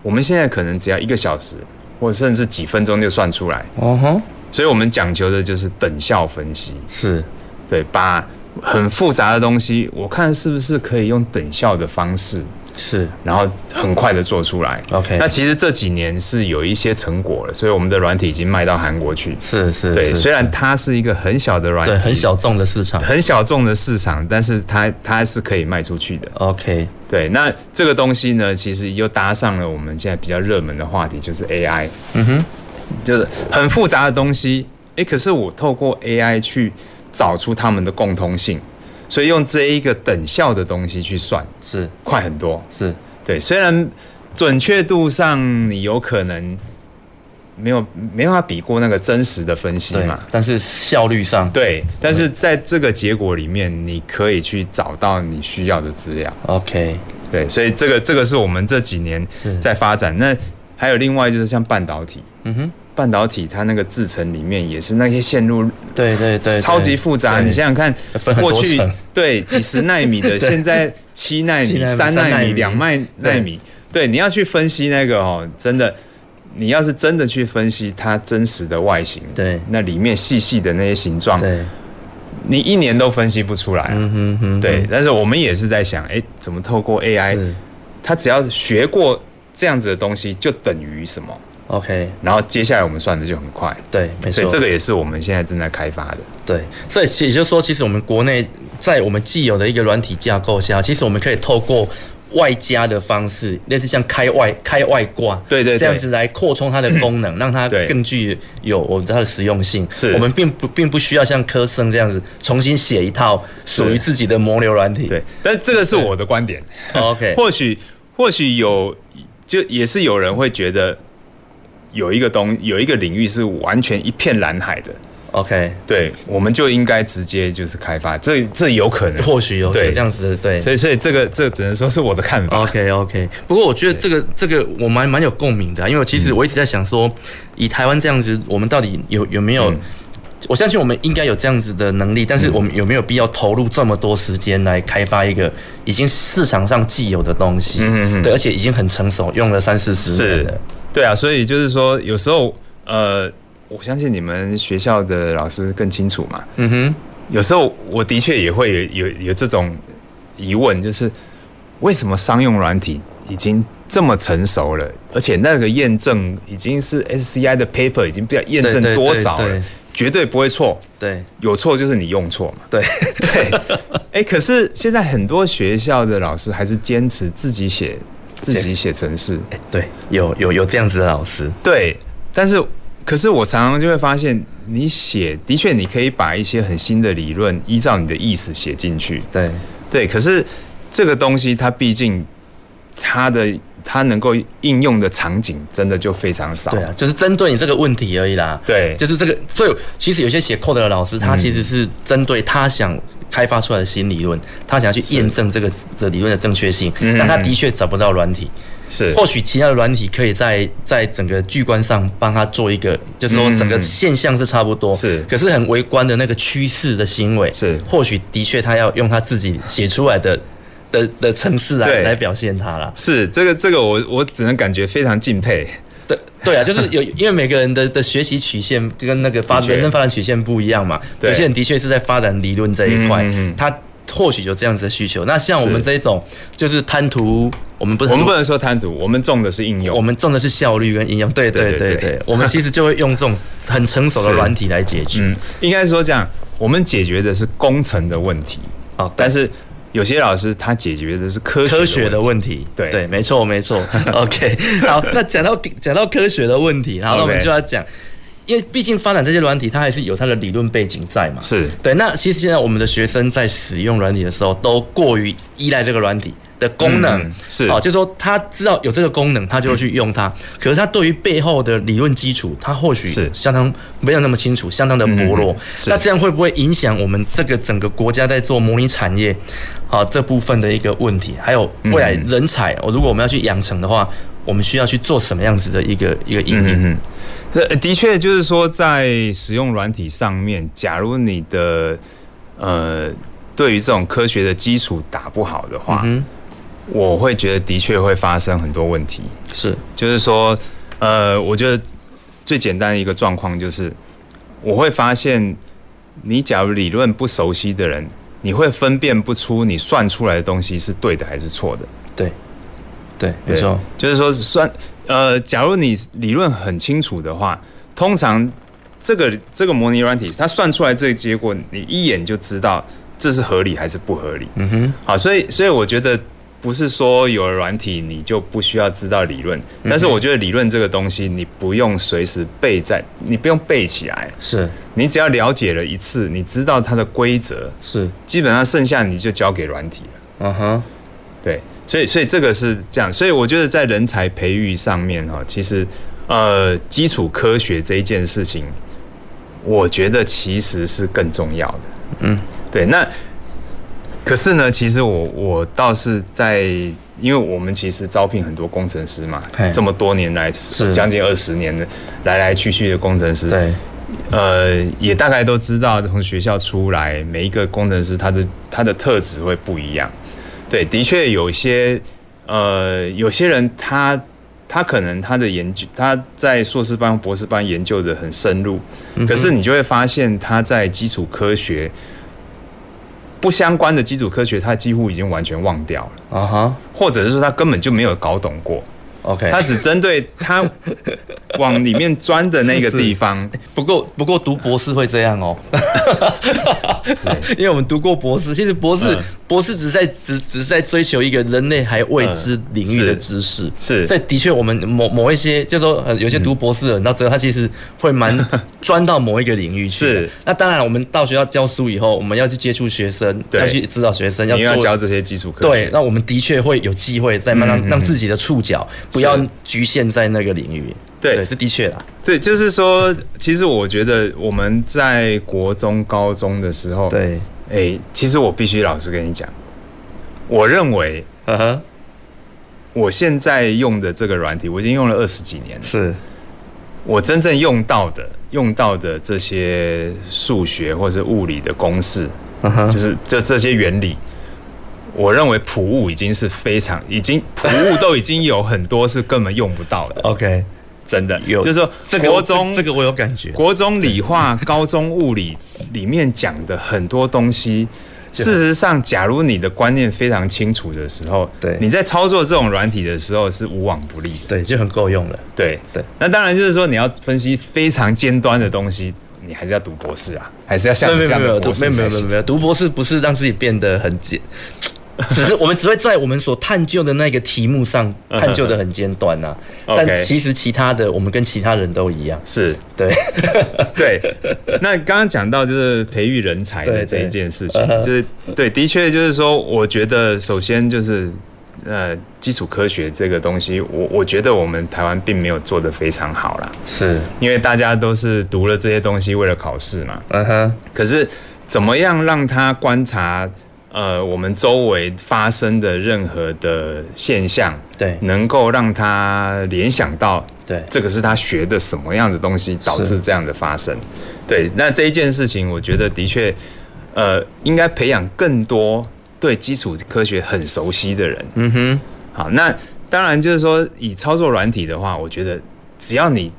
Speaker 2: 我们现在可能只要一个小时，或甚至几分钟就算出来。
Speaker 1: 哦哼，
Speaker 2: 所以我们讲求的就是等效分析，
Speaker 1: 是
Speaker 2: 对，把很复杂的东西，我看是不是可以用等效的方式，
Speaker 1: 是
Speaker 2: 然后很快的做出来。
Speaker 1: OK，
Speaker 2: 那其实这几年是有一些成果了，所以我们的软体已经卖到韩国去。
Speaker 1: 是是
Speaker 2: 对，
Speaker 1: 是
Speaker 2: 虽然它是一个很小的软体，
Speaker 1: 对很小众的市场。
Speaker 2: 很小众的市场，但是它它是可以卖出去的。
Speaker 1: OK，
Speaker 2: 对，那这个东西呢，其实又搭上了我们现在比较热门的话题，就是 AI。
Speaker 1: 嗯哼，
Speaker 2: 就是很复杂的东西。诶，可是我透过 AI 去找出它们的共通性，所以用这一个等效的东西去算，
Speaker 1: 是
Speaker 2: 快很多。
Speaker 1: 是
Speaker 2: 对，虽然准确度上你有可能没有没办法比过那个真实的分析
Speaker 1: 对
Speaker 2: 嘛，，
Speaker 1: 但是效率上
Speaker 2: 对，但是在这个结果里面，你可以去找到你需要的资料。
Speaker 1: OK，
Speaker 2: 对，所以这个这个是我们这几年
Speaker 1: 是
Speaker 2: 在发展。那还有另外就是像半导体，
Speaker 1: 嗯哼，
Speaker 2: 半导体它那个制程里面也是那些线路
Speaker 1: 对对对，对
Speaker 2: 超级复杂。
Speaker 1: 对
Speaker 2: 你想想看
Speaker 1: 分，很多
Speaker 2: 过去
Speaker 1: 层
Speaker 2: 对几十纳 米的，现在七纳
Speaker 1: 七
Speaker 2: 米、
Speaker 1: 纳米
Speaker 2: 三
Speaker 1: 三
Speaker 2: 纳
Speaker 1: 纳
Speaker 2: 米、
Speaker 1: 米
Speaker 2: 两纳纳米，对，你要去分析那个哦，真的。你要是真的去分析它真实的外形，
Speaker 1: 对
Speaker 2: 那里面细细的那些形状，
Speaker 1: 对，
Speaker 2: 你一年都分析不出来、啊。
Speaker 1: 嗯哼嗯哼，
Speaker 2: 对，但是我们也是在想，哎，怎么透过 AI，
Speaker 1: 是
Speaker 2: 他只要学过这样子的东西，就等于什么？
Speaker 1: OK，
Speaker 2: 然后接下来我们算的就很快，
Speaker 1: 对，没
Speaker 2: 所以
Speaker 1: 错，
Speaker 2: 这个也是我们现在正在开发的。
Speaker 1: 对，所以其也就是说，其实我们国内在我们既有的一个软体架构下，其实我们可以透过外加的方式，类似像开外开外挂，
Speaker 2: 对对对
Speaker 1: 这样子来扩充它的功能，让它
Speaker 2: 对
Speaker 1: 更具有我们它的实用性。
Speaker 2: 是
Speaker 1: 我们并不并不需要像科生这样子重新写一套属于自己的魔流软体。
Speaker 2: 对，但这个是我的观点。
Speaker 1: ，OK，
Speaker 2: 或许或许有，就也是有人会觉得有一个东有一个领域是完全一片蓝海的，
Speaker 1: OK，
Speaker 2: 对，我们就应该直接就是开发，这这有可能。
Speaker 1: 或许有有
Speaker 2: 对
Speaker 1: 这样子的对。
Speaker 2: 所以所以这个这只能说是我的看法。
Speaker 1: OK OK，不过我觉得这个这个我蛮蛮有共鸣的啊、因为其实我一直在想说，以台湾这样子，我们到底有有没有
Speaker 2: 嗯
Speaker 1: 我相信我们应该有这样子的能力，但是我们有没有必要投入这么多时间来开发一个已经市场上既有的东西？
Speaker 2: 嗯嗯嗯
Speaker 1: 对，而且已经很成熟，用了三四十年了。
Speaker 2: 对啊，所以就是说，有时候呃，我相信你们学校的老师更清楚嘛。
Speaker 1: 嗯哼，
Speaker 2: 有时候我的确也会有有有这种疑问，就是为什么商用软体已经这么成熟了，而且那个验证已经是 SCI 的 paper 已经不知道验证
Speaker 1: 对对
Speaker 2: 多少了，
Speaker 1: 对对
Speaker 2: 绝对不会错。
Speaker 1: 对
Speaker 2: 有错就是你用错嘛。
Speaker 1: 对
Speaker 2: 对， 哎、可是现在很多学校的老师还是坚持自己写，自己写程式。
Speaker 1: 对，有有有这样子的老师，
Speaker 2: 对，但是可是我常常就会发现，你写的确你可以把一些很新的理论依照你的意思写进去，
Speaker 1: 对
Speaker 2: 对。可是这个东西它毕竟它的它能够应用的场景真的就非常少，
Speaker 1: 对啊，就是针对你这个问题而已啦。
Speaker 2: 对
Speaker 1: 就是这个，所以其实有些写 code 的老师，他其实是针对他想开发出来的新理论，他想要去验证这个这理论的正确性，
Speaker 2: 嗯
Speaker 1: 但他的确找不到软体。
Speaker 2: 是
Speaker 1: 或许其他的软体可以在在整个巨观上帮他做一个，就是说
Speaker 2: 嗯
Speaker 1: 整个现象是差不多，
Speaker 2: 是
Speaker 1: 可是很微观的那个趋势的行为，
Speaker 2: 是
Speaker 1: 或许的确他要用他自己写出来的的的程式来
Speaker 2: 对
Speaker 1: 来表现它啦。
Speaker 2: 是这个这个我我只能感觉非常敬佩，
Speaker 1: 对对啊，就是 有，因为每个人的的学习曲线跟那个发
Speaker 2: 的确
Speaker 1: 人生发展曲线不一样嘛。
Speaker 2: 对
Speaker 1: 有些人的确是在发展理论这一块，
Speaker 2: 嗯嗯嗯
Speaker 1: 他或许有这样子的需求。那像我们
Speaker 2: 是
Speaker 1: 这种，就是贪图，我们不是
Speaker 2: 我们不能说摊主，我们重的是应用，
Speaker 1: 我们重的是效率跟营养。对对对
Speaker 2: 对对
Speaker 1: 对
Speaker 2: 对，
Speaker 1: 我们其实就会用这种很成熟的
Speaker 2: 是
Speaker 1: 软体来解决。
Speaker 2: 嗯，应该说这样，我们解决的是工程的问题，
Speaker 1: 哦对
Speaker 2: 但是有些老师他解决的是科学
Speaker 1: 科
Speaker 2: 问
Speaker 1: 学
Speaker 2: 题
Speaker 1: 的问题，
Speaker 2: 对
Speaker 1: 对，没错没 错。OK，好，那讲到 讲到科学的问题，然后
Speaker 2: OK
Speaker 1: 那我们就要讲，因为毕竟发展这些软体，它还是有它的理论背景在嘛。
Speaker 2: 是
Speaker 1: 对。那其实现在我们的学生在使用软体的时候，都过于依赖这个软体的功能，
Speaker 2: 嗯是
Speaker 1: 哦，就是说他知道有这个功能，他就会去用它。可是他对于背后的理论基础，他或许
Speaker 2: 是
Speaker 1: 相当没有那么清楚，相当的薄弱。
Speaker 2: 嗯是
Speaker 1: 那这样会不会影响我们这个整个国家在做模拟产业啊这部分的一个问题？还有未来
Speaker 2: 嗯
Speaker 1: 人才，哦，如果我们要去养成的话，我们需要去做什么样子的一个一个应
Speaker 2: 嗯
Speaker 1: 用？
Speaker 2: 嗯，呃，的确就是说，在使用软体上面，假如你的呃对于这种科学的基础打不好的话，
Speaker 1: 嗯，
Speaker 2: 我会觉得的确会发生很多问题。
Speaker 1: 是
Speaker 2: 就是说，呃，我觉得最简单的一个状况就是，我会发现，你假如理论不熟悉的人，你会分辨不出你算出来的东西是对的还是错的。
Speaker 1: 对，对，没
Speaker 2: 对
Speaker 1: 错，
Speaker 2: 就是说算呃，假如你理论很清楚的话，通常这个这个模拟软体它算出来这个结果，你一眼就知道这是合理还是不合理。
Speaker 1: 嗯哼，
Speaker 2: 好，所以所以我觉得不是说有了软体你就不需要知道理论，
Speaker 1: 嗯
Speaker 2: 但是我觉得理论这个东西你不用随时背在，你不用背起来，
Speaker 1: 是
Speaker 2: 你只要了解了一次，你知道它的规则，
Speaker 1: 是，
Speaker 2: 基本上剩下你就交给软体了。
Speaker 1: 嗯哼，
Speaker 2: 对，所以所以这个是这样，所以我觉得在人才培育上面哈，其实呃，基础科学这一件事情，我觉得其实是更重要的。
Speaker 1: 嗯，
Speaker 2: 对。那可是呢，其实我我倒是在，因为我们其实招聘很多工程师嘛
Speaker 1: 嘿，
Speaker 2: 这么多年来，将近二十年的来来去去的工程师，
Speaker 1: 对，
Speaker 2: 呃，也大概都知道从学校出来，每一个工程师他的他的特质会不一样。对，的确有些呃，有些人他他可能他的研究他在硕士班、博士班研究的很深入，可是你就会发现他在基础科学不相关的基础科学，他几乎已经完全忘掉了，
Speaker 1: 啊哈
Speaker 2: 或者是说他根本就没有搞懂过，
Speaker 1: ，OK，
Speaker 2: 他只针对他往里面钻的那个地方。
Speaker 1: 不过，不过读博士会这样哦， 因为我们读过博士，其实博士、
Speaker 2: 嗯
Speaker 1: 博士只在只只是在追求一个人类还未知领域的
Speaker 2: 嗯是
Speaker 1: 知识。
Speaker 2: 是
Speaker 1: 这的确，我们某某一些，就是说呃有些读博士的人，到最后他其实会 蛮钻到某一个领域去的。
Speaker 2: 是
Speaker 1: 那当然，我们到学校教书以后，我们要去接触学生，
Speaker 2: 对
Speaker 1: 要去指导学生，要
Speaker 2: 你要
Speaker 1: 做
Speaker 2: 教这些基础科学。
Speaker 1: 对，那我们的确会有机会再慢慢让自己的触角不要
Speaker 2: 嗯是
Speaker 1: 局限在那个领域。
Speaker 2: 对
Speaker 1: 这的确啦。
Speaker 2: 对，就是说，其实我觉得我们在国中、高中的时候，，
Speaker 1: 对，
Speaker 2: 哎、其实我必须老实跟你讲，我认为
Speaker 1: 呵呵，
Speaker 2: 我现在用的这个软体，我已经用了二十几年了。
Speaker 1: 是
Speaker 2: 我真正用到的、用到的这些数学或是物理的公式
Speaker 1: 嗯哼，
Speaker 2: 就是这这些原理，我认为普物已经是非常已经普物都已经有很多是根本用不到的
Speaker 1: OK，
Speaker 2: 真的
Speaker 1: 有
Speaker 2: 就是说
Speaker 1: 这个我
Speaker 2: 国中
Speaker 1: 这这个我有感觉，
Speaker 2: 国中理化、高中物理里面讲的很多东西，
Speaker 1: 就
Speaker 2: 事实上，假如你的观念非常清楚的时候，
Speaker 1: 对
Speaker 2: 你在操作这种软体的时候是无往不利的。
Speaker 1: 对就很够用了。
Speaker 2: 对
Speaker 1: 对，
Speaker 2: 那当然就是说你要分析非常尖端的东西，你还是要读博士啊，还是要像
Speaker 1: 没有
Speaker 2: 你
Speaker 1: 没
Speaker 2: 这
Speaker 1: 有
Speaker 2: 样
Speaker 1: 没
Speaker 2: 的
Speaker 1: 有
Speaker 2: 博
Speaker 1: 读没
Speaker 2: 士
Speaker 1: 有没有没
Speaker 2: 才
Speaker 1: 有
Speaker 2: 行
Speaker 1: 没有读博士不是让自己变得很简，只是我们只会在我们所探究的那个题目上
Speaker 2: 嗯
Speaker 1: 探究的很尖端呐、
Speaker 2: 嗯
Speaker 1: 但
Speaker 2: OK
Speaker 1: 其实其他的我们跟其他人都一样，
Speaker 2: 是，
Speaker 1: 对
Speaker 2: 对。那刚刚讲到就是培育人才
Speaker 1: 对
Speaker 2: 的
Speaker 1: 对
Speaker 2: 这一件事情
Speaker 1: 嗯，哼
Speaker 2: 就是对，的确就是说，我觉得首先就是呃，基础科学这个东西，我我觉得我们台湾并没有做得非常好啦，
Speaker 1: 是，
Speaker 2: 因为大家都是读了这些东西为了考试嘛，
Speaker 1: 嗯哼，
Speaker 2: 可是怎么样让他观察呃我们周围发生的任何的现象，
Speaker 1: 对
Speaker 2: 能够让他联想到
Speaker 1: 对
Speaker 2: 这个是他学的什么样的东西导致这样的发生？对，那这一件事情，我觉得的确，呃，应该培养更多对基础科学很熟悉的人。
Speaker 1: 嗯哼，
Speaker 2: 好，那当然就是说，以操作软体的话，我觉得只要你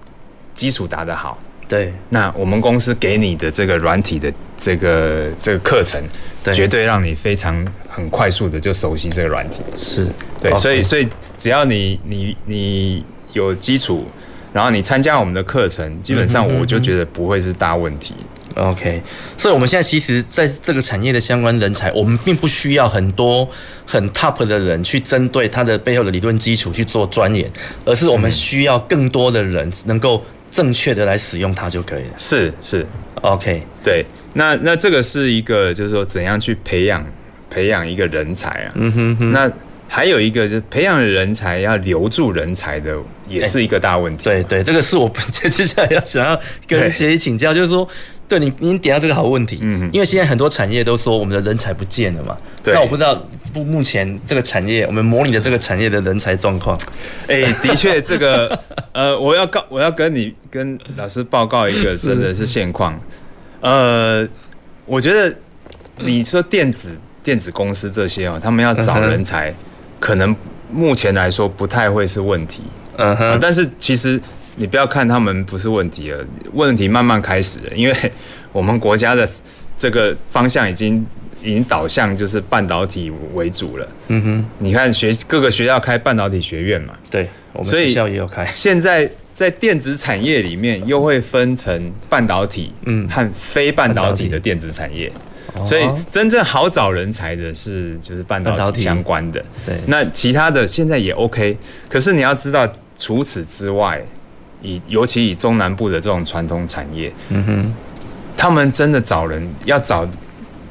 Speaker 2: 基础打得好，
Speaker 1: 对
Speaker 2: 那我们公司给你的这个软体的这个这个课程，
Speaker 1: 对
Speaker 2: 绝对让你非常很快速的就熟悉这个软体。
Speaker 1: 是，
Speaker 2: 对，
Speaker 1: OK
Speaker 2: 所以所以只要你你你有基础，然后你参加我们的课程，基本
Speaker 1: 嗯
Speaker 2: 上我就觉得不会是大问题。
Speaker 1: OK，所以我们现在其实在这个产业的相关人才，我们并不需要很多很 top 的人去针对他的背后的理论基础去做钻研，而是我们需要更多的人能够正确的来使用它就可以了。
Speaker 2: 是是，
Speaker 1: OK，
Speaker 2: 对。那那这个是一个，就是说怎样去培养培养一个人才啊？
Speaker 1: 嗯哼哼，
Speaker 2: 那还有一个就是培养人才要留住人才的，也是一个大问题。
Speaker 1: 哎对对，这个是我 接下来要想要跟
Speaker 2: 对
Speaker 1: 协理请教，就是说。对你，你点到这个好问题，
Speaker 2: 嗯
Speaker 1: 因为现在很多产业都说我们的人才不见了嘛，
Speaker 2: 对
Speaker 1: 那我不知道不目前这个产业，我们模拟的这个产业的人才状况，
Speaker 2: 哎、的确，这个呃，我要告，我要跟你跟老师报告一个真的是现况。呃，我觉得你说电子电子公司这些哦，他们要找人
Speaker 1: 嗯
Speaker 2: 才，可能目前来说不太会是问题。
Speaker 1: 嗯
Speaker 2: 啊
Speaker 1: 哼，
Speaker 2: 但是其实你不要看他们不是问题了，问题慢慢开始了，因为我们国家的这个方向已经已经导向就是半导体为主了。
Speaker 1: 嗯哼，
Speaker 2: 你看学各个学校开半导体学院嘛。
Speaker 1: 对，我们
Speaker 2: 所以
Speaker 1: 学校也有开，
Speaker 2: 哎现在在电子产业里面，又会分成半导体，
Speaker 1: 嗯
Speaker 2: 嗯，和非半导体的电子产业。所以真正好找人才的是就是半
Speaker 1: 半导
Speaker 2: 导
Speaker 1: 体
Speaker 2: 体相关的，
Speaker 1: 对
Speaker 2: 那其他的现在也 OK，可是你要知道，除此之外，以尤其以中南部的这种传统产业，
Speaker 1: 嗯哼，
Speaker 2: 他们真的找人要找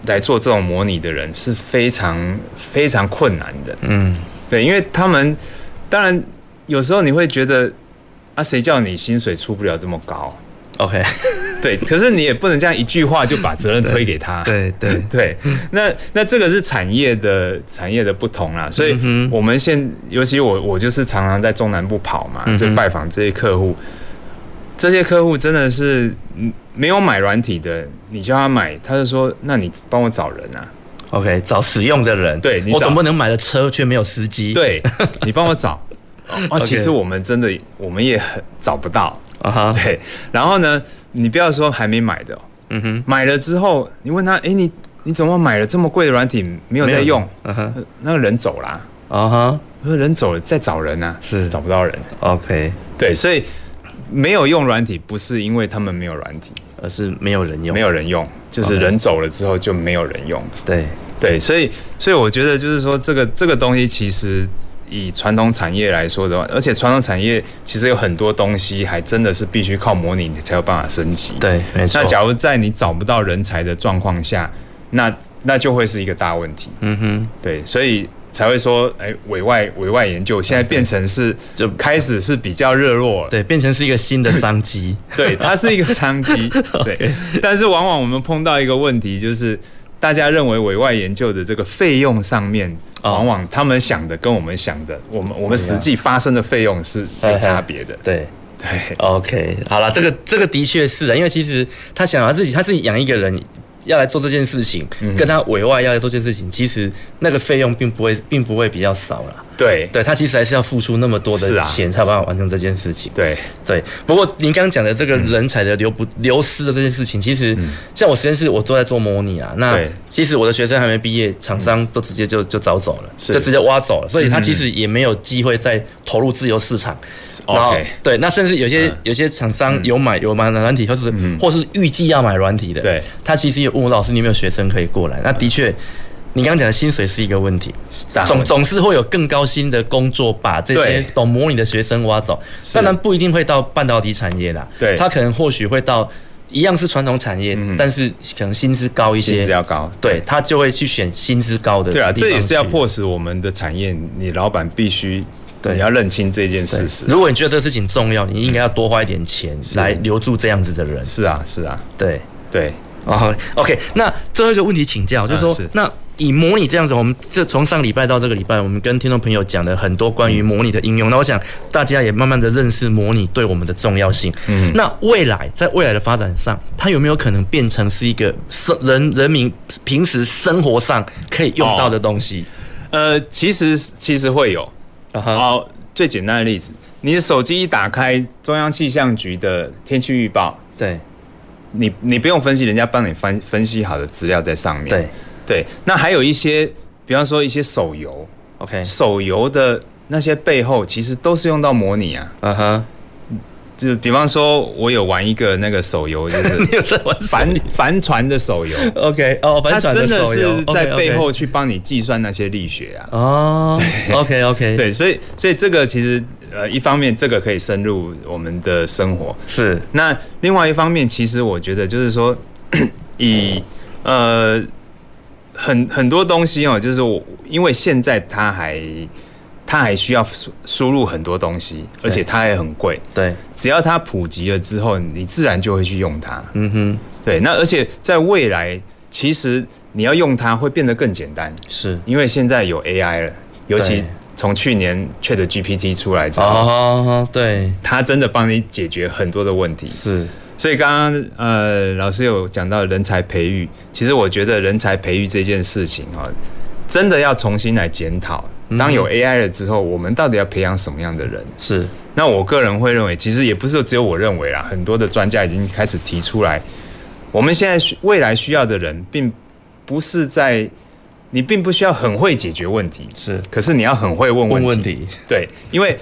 Speaker 2: 来做这种模拟的人是非常非常困难的。
Speaker 1: 嗯，
Speaker 2: 对，因为他们当然有时候你会觉得啊，谁叫你薪水出不了这么高？
Speaker 1: OK，
Speaker 2: 对，可是你也不能这样一句话就把责任推给他。
Speaker 1: 对对
Speaker 2: 对，那那这个是产业的产业的不同啦，所以
Speaker 1: 嗯哼
Speaker 2: 我们现尤其我我就是常常在中南部跑嘛，
Speaker 1: 嗯哼
Speaker 2: 就拜访这些客户，这些客户真的是嗯没有买软体的，你叫他买，他就说那你帮我找人啊，
Speaker 1: ，OK，找使用的人，
Speaker 2: 对你
Speaker 1: 我
Speaker 2: 找
Speaker 1: 总不能买了车却没有司机，
Speaker 2: 对你帮 我找，哦，其
Speaker 1: OK
Speaker 2: 实我们真的我们也很找不到，
Speaker 1: 啊哈，
Speaker 2: 对，然后呢，你不要说还没买的哦、
Speaker 1: 嗯哼，
Speaker 2: 买了之后你问他，哎、你你怎么买了这么贵的软体没有
Speaker 1: 没
Speaker 2: 在
Speaker 1: 有
Speaker 2: 用？
Speaker 1: 嗯哼，
Speaker 2: 那个人走啦、
Speaker 1: 啊哈
Speaker 2: 我说人走了再找人啊，
Speaker 1: 是
Speaker 2: 找不到人。
Speaker 1: ，OK，
Speaker 2: 对，所以没有用软体，不是因为他们没有软体，
Speaker 1: 而是没有人用，
Speaker 2: 没有人用，就是人走了之后就没有人用。
Speaker 1: 对，
Speaker 2: 对，所以所以我觉得就是说，这个这个东西其实以传统产业来说的话，而且传统产业其实有很多东西还真的是必须靠模拟你才有办法升级。
Speaker 1: 对没错
Speaker 2: 那假如在你找不到人才的状况下，那那就会是一个大问题。
Speaker 1: 嗯哼，
Speaker 2: 对，所以才会说，哎、委外委外研究现在变成是
Speaker 1: 就
Speaker 2: 就开始是比较热络了。
Speaker 1: 对，变成是一个新的商机，
Speaker 2: 对，它是一个商 机。对，但是往往我们碰到一个问题，就是大家认为委外研究的这个费用上面。
Speaker 1: 哦
Speaker 2: 往 往他们想的跟我们想的，我们我们实际发生的费用是有差别的。
Speaker 1: 对，
Speaker 2: 对
Speaker 1: ，OK，好了，这个这个的确是啊，因为其实他想要自己他自己养一个人。要来做这件事情，
Speaker 2: 嗯
Speaker 1: 跟他委外要来做这件事情，其实那个费用并不会，并不会比较少啦。
Speaker 2: 对
Speaker 1: 对，他其实还是要付出那么多
Speaker 2: 是
Speaker 1: 的
Speaker 2: 啊
Speaker 1: 钱，才有办法完成这件事情。
Speaker 2: 对
Speaker 1: 对，不过您刚刚讲的这个人才的流
Speaker 2: 嗯
Speaker 1: 不、流失的这件事情，其实像我实验室我都在做模拟啊。那
Speaker 2: 对
Speaker 1: 其实我的学生还没毕业，厂商都直接就就找走了，
Speaker 2: 是
Speaker 1: 就直接挖走了，所以他
Speaker 2: 嗯
Speaker 1: 其实也没有机会再投入自由市场。
Speaker 2: OK 嗯
Speaker 1: 然后对，那甚至有些、有些厂商有买有买软体，或是、或是预计要买软体的，
Speaker 2: 对
Speaker 1: 他其实也问我老师，你有没有学生可以过来？那的确。你刚刚讲的薪水是一个问题，
Speaker 2: 大
Speaker 1: 总
Speaker 2: 问题
Speaker 1: 总是会有更高薪的工作把这些
Speaker 2: 对
Speaker 1: 懂模拟的学生挖走，
Speaker 2: 是
Speaker 1: 当然不一定会到半导体产业啦，
Speaker 2: 对嗯
Speaker 1: 他可能或许会到一样是传统产业，但是可能薪资高一些，
Speaker 2: 薪资要高
Speaker 1: 对
Speaker 2: 对
Speaker 1: 他就会去选薪资高的地
Speaker 2: 对啊，
Speaker 1: 方去。
Speaker 2: 这也是要迫使我们的产业，你老板必须
Speaker 1: 对
Speaker 2: 你要认清这件事
Speaker 1: 对
Speaker 2: 实。
Speaker 1: 如果你觉得这个事情重要，你应该要多花一点钱来留住这样子的人。
Speaker 2: 是啊，是啊，
Speaker 1: 对，
Speaker 2: 对，
Speaker 1: 哦，OK，那最后一个问题请教，就是说，
Speaker 2: 啊是
Speaker 1: 那以模拟这样子，我们这从上礼拜到这个礼拜，我们跟听众朋友讲了很多关于模拟的应用。那我想大家也慢慢的认识模拟对我们的重要性。嗯，那未来在未来的发展上，它有没有可能变成是一个生人人民平时生活上可以用到的东西？
Speaker 2: 呃，其实其实会有。
Speaker 1: 啊哈，
Speaker 2: 好，最简单的例子，你的手机一打开中央气象局的天气预报，
Speaker 1: 对
Speaker 2: 你你不用分析，人家帮你分分析好的资料在上面。
Speaker 1: 对
Speaker 2: 对，那还有一些，比方说一些手游，
Speaker 1: ，OK，
Speaker 2: 手游的那些背后其实都是用到模拟啊。
Speaker 1: 啊哈，
Speaker 2: 就比方说，我有玩一个那个手游，就是
Speaker 1: 有在玩手
Speaker 2: 帆帆船的 手游，
Speaker 1: OK 哦，
Speaker 2: 它
Speaker 1: 反转
Speaker 2: 真的
Speaker 1: 手游
Speaker 2: 是在
Speaker 1: OK，OK
Speaker 2: 背后去帮你计算那些力学啊。
Speaker 1: 哦，OK OK，，
Speaker 2: 对，所以所以这个其实呃，一方面这个可以深入我们的生活，
Speaker 1: 是
Speaker 2: 那另外一方面，其实我觉得就是说， 以呃很很多东西哦，就是我因为现在它还它还需要输输入很多东西，而且它还很贵。
Speaker 1: 对，
Speaker 2: 只要它普及了之后，你自然就会去用它。
Speaker 1: 嗯哼，
Speaker 2: 对，那而且在未来，其实你要用它会变得更简单，
Speaker 1: 是
Speaker 2: 因为现在有 AI 了，尤其
Speaker 1: 对
Speaker 2: 从去年 Chat GPT 出来之后，
Speaker 1: 哦，对，
Speaker 2: 它真的帮你解决很多的问题。
Speaker 1: 是
Speaker 2: 所以刚刚呃，老师有讲到人才培育，其实我觉得人才培育这件事情啊、哦，真的要重新来检讨。
Speaker 1: 嗯
Speaker 2: 当有 AI 了之后，我们到底要培养什么样的人？
Speaker 1: 是，
Speaker 2: 那我个人会认为，其实也不是只有我认为啦，很多的专家已经开始提出来，我们现在需未来需要的人，并不是在你并不需要很会解决问题，
Speaker 1: 是
Speaker 2: 可是你要很会问问
Speaker 1: 问
Speaker 2: 题，
Speaker 1: 问题
Speaker 2: 对，因为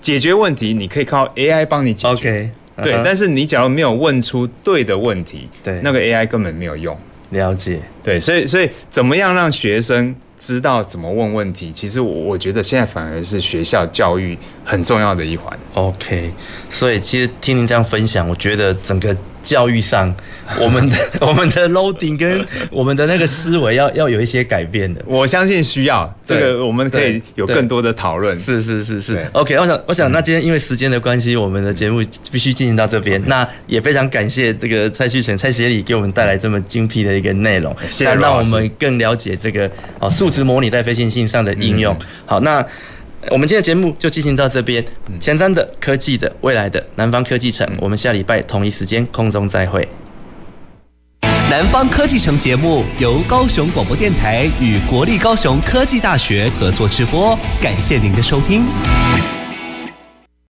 Speaker 2: 解决问题你可以靠 AI 帮你解决。
Speaker 1: OK，嗯
Speaker 2: 对，但是你假如没有问出对的问题，
Speaker 1: 对
Speaker 2: 那个 AI 根本没有用。
Speaker 1: 了解，
Speaker 2: 对，所以所以怎么样让学生知道怎么问问题？其实我我觉得现在反而是学校教育很重要的一环。
Speaker 1: OK，所以其实听您这样分享，我觉得整个教育上，我们的 我们的 loading 跟我们的那个思维要要有一些改变的。
Speaker 2: 我相信需要这
Speaker 1: 对
Speaker 2: 个，我们可以
Speaker 1: 对
Speaker 2: 有
Speaker 1: 对
Speaker 2: 更多的讨论。
Speaker 1: 是是是是
Speaker 2: 对嗯
Speaker 1: ，OK，我想我想，那今天因为时间的关系，我们的节目必须进行到这
Speaker 2: 嗯
Speaker 1: 边。那也非常感谢这个蔡旭成、蔡协理给我们带来这么精辟的一个内容，
Speaker 2: 谢谢
Speaker 1: 那
Speaker 2: 罗
Speaker 1: 让
Speaker 2: 老
Speaker 1: 我
Speaker 2: 师
Speaker 1: 们更了解这个啊数值模拟在非线性上的应
Speaker 2: 嗯
Speaker 1: 用。好，那。我们今天的节目就进行到这边，
Speaker 2: 嗯
Speaker 1: 前瞻的科技的未来的南方科技城，我们下礼拜同一时间空中再会。
Speaker 6: 南方科技城节目由高雄广播电台与国立高雄科技大学合作直播，感谢您的收听。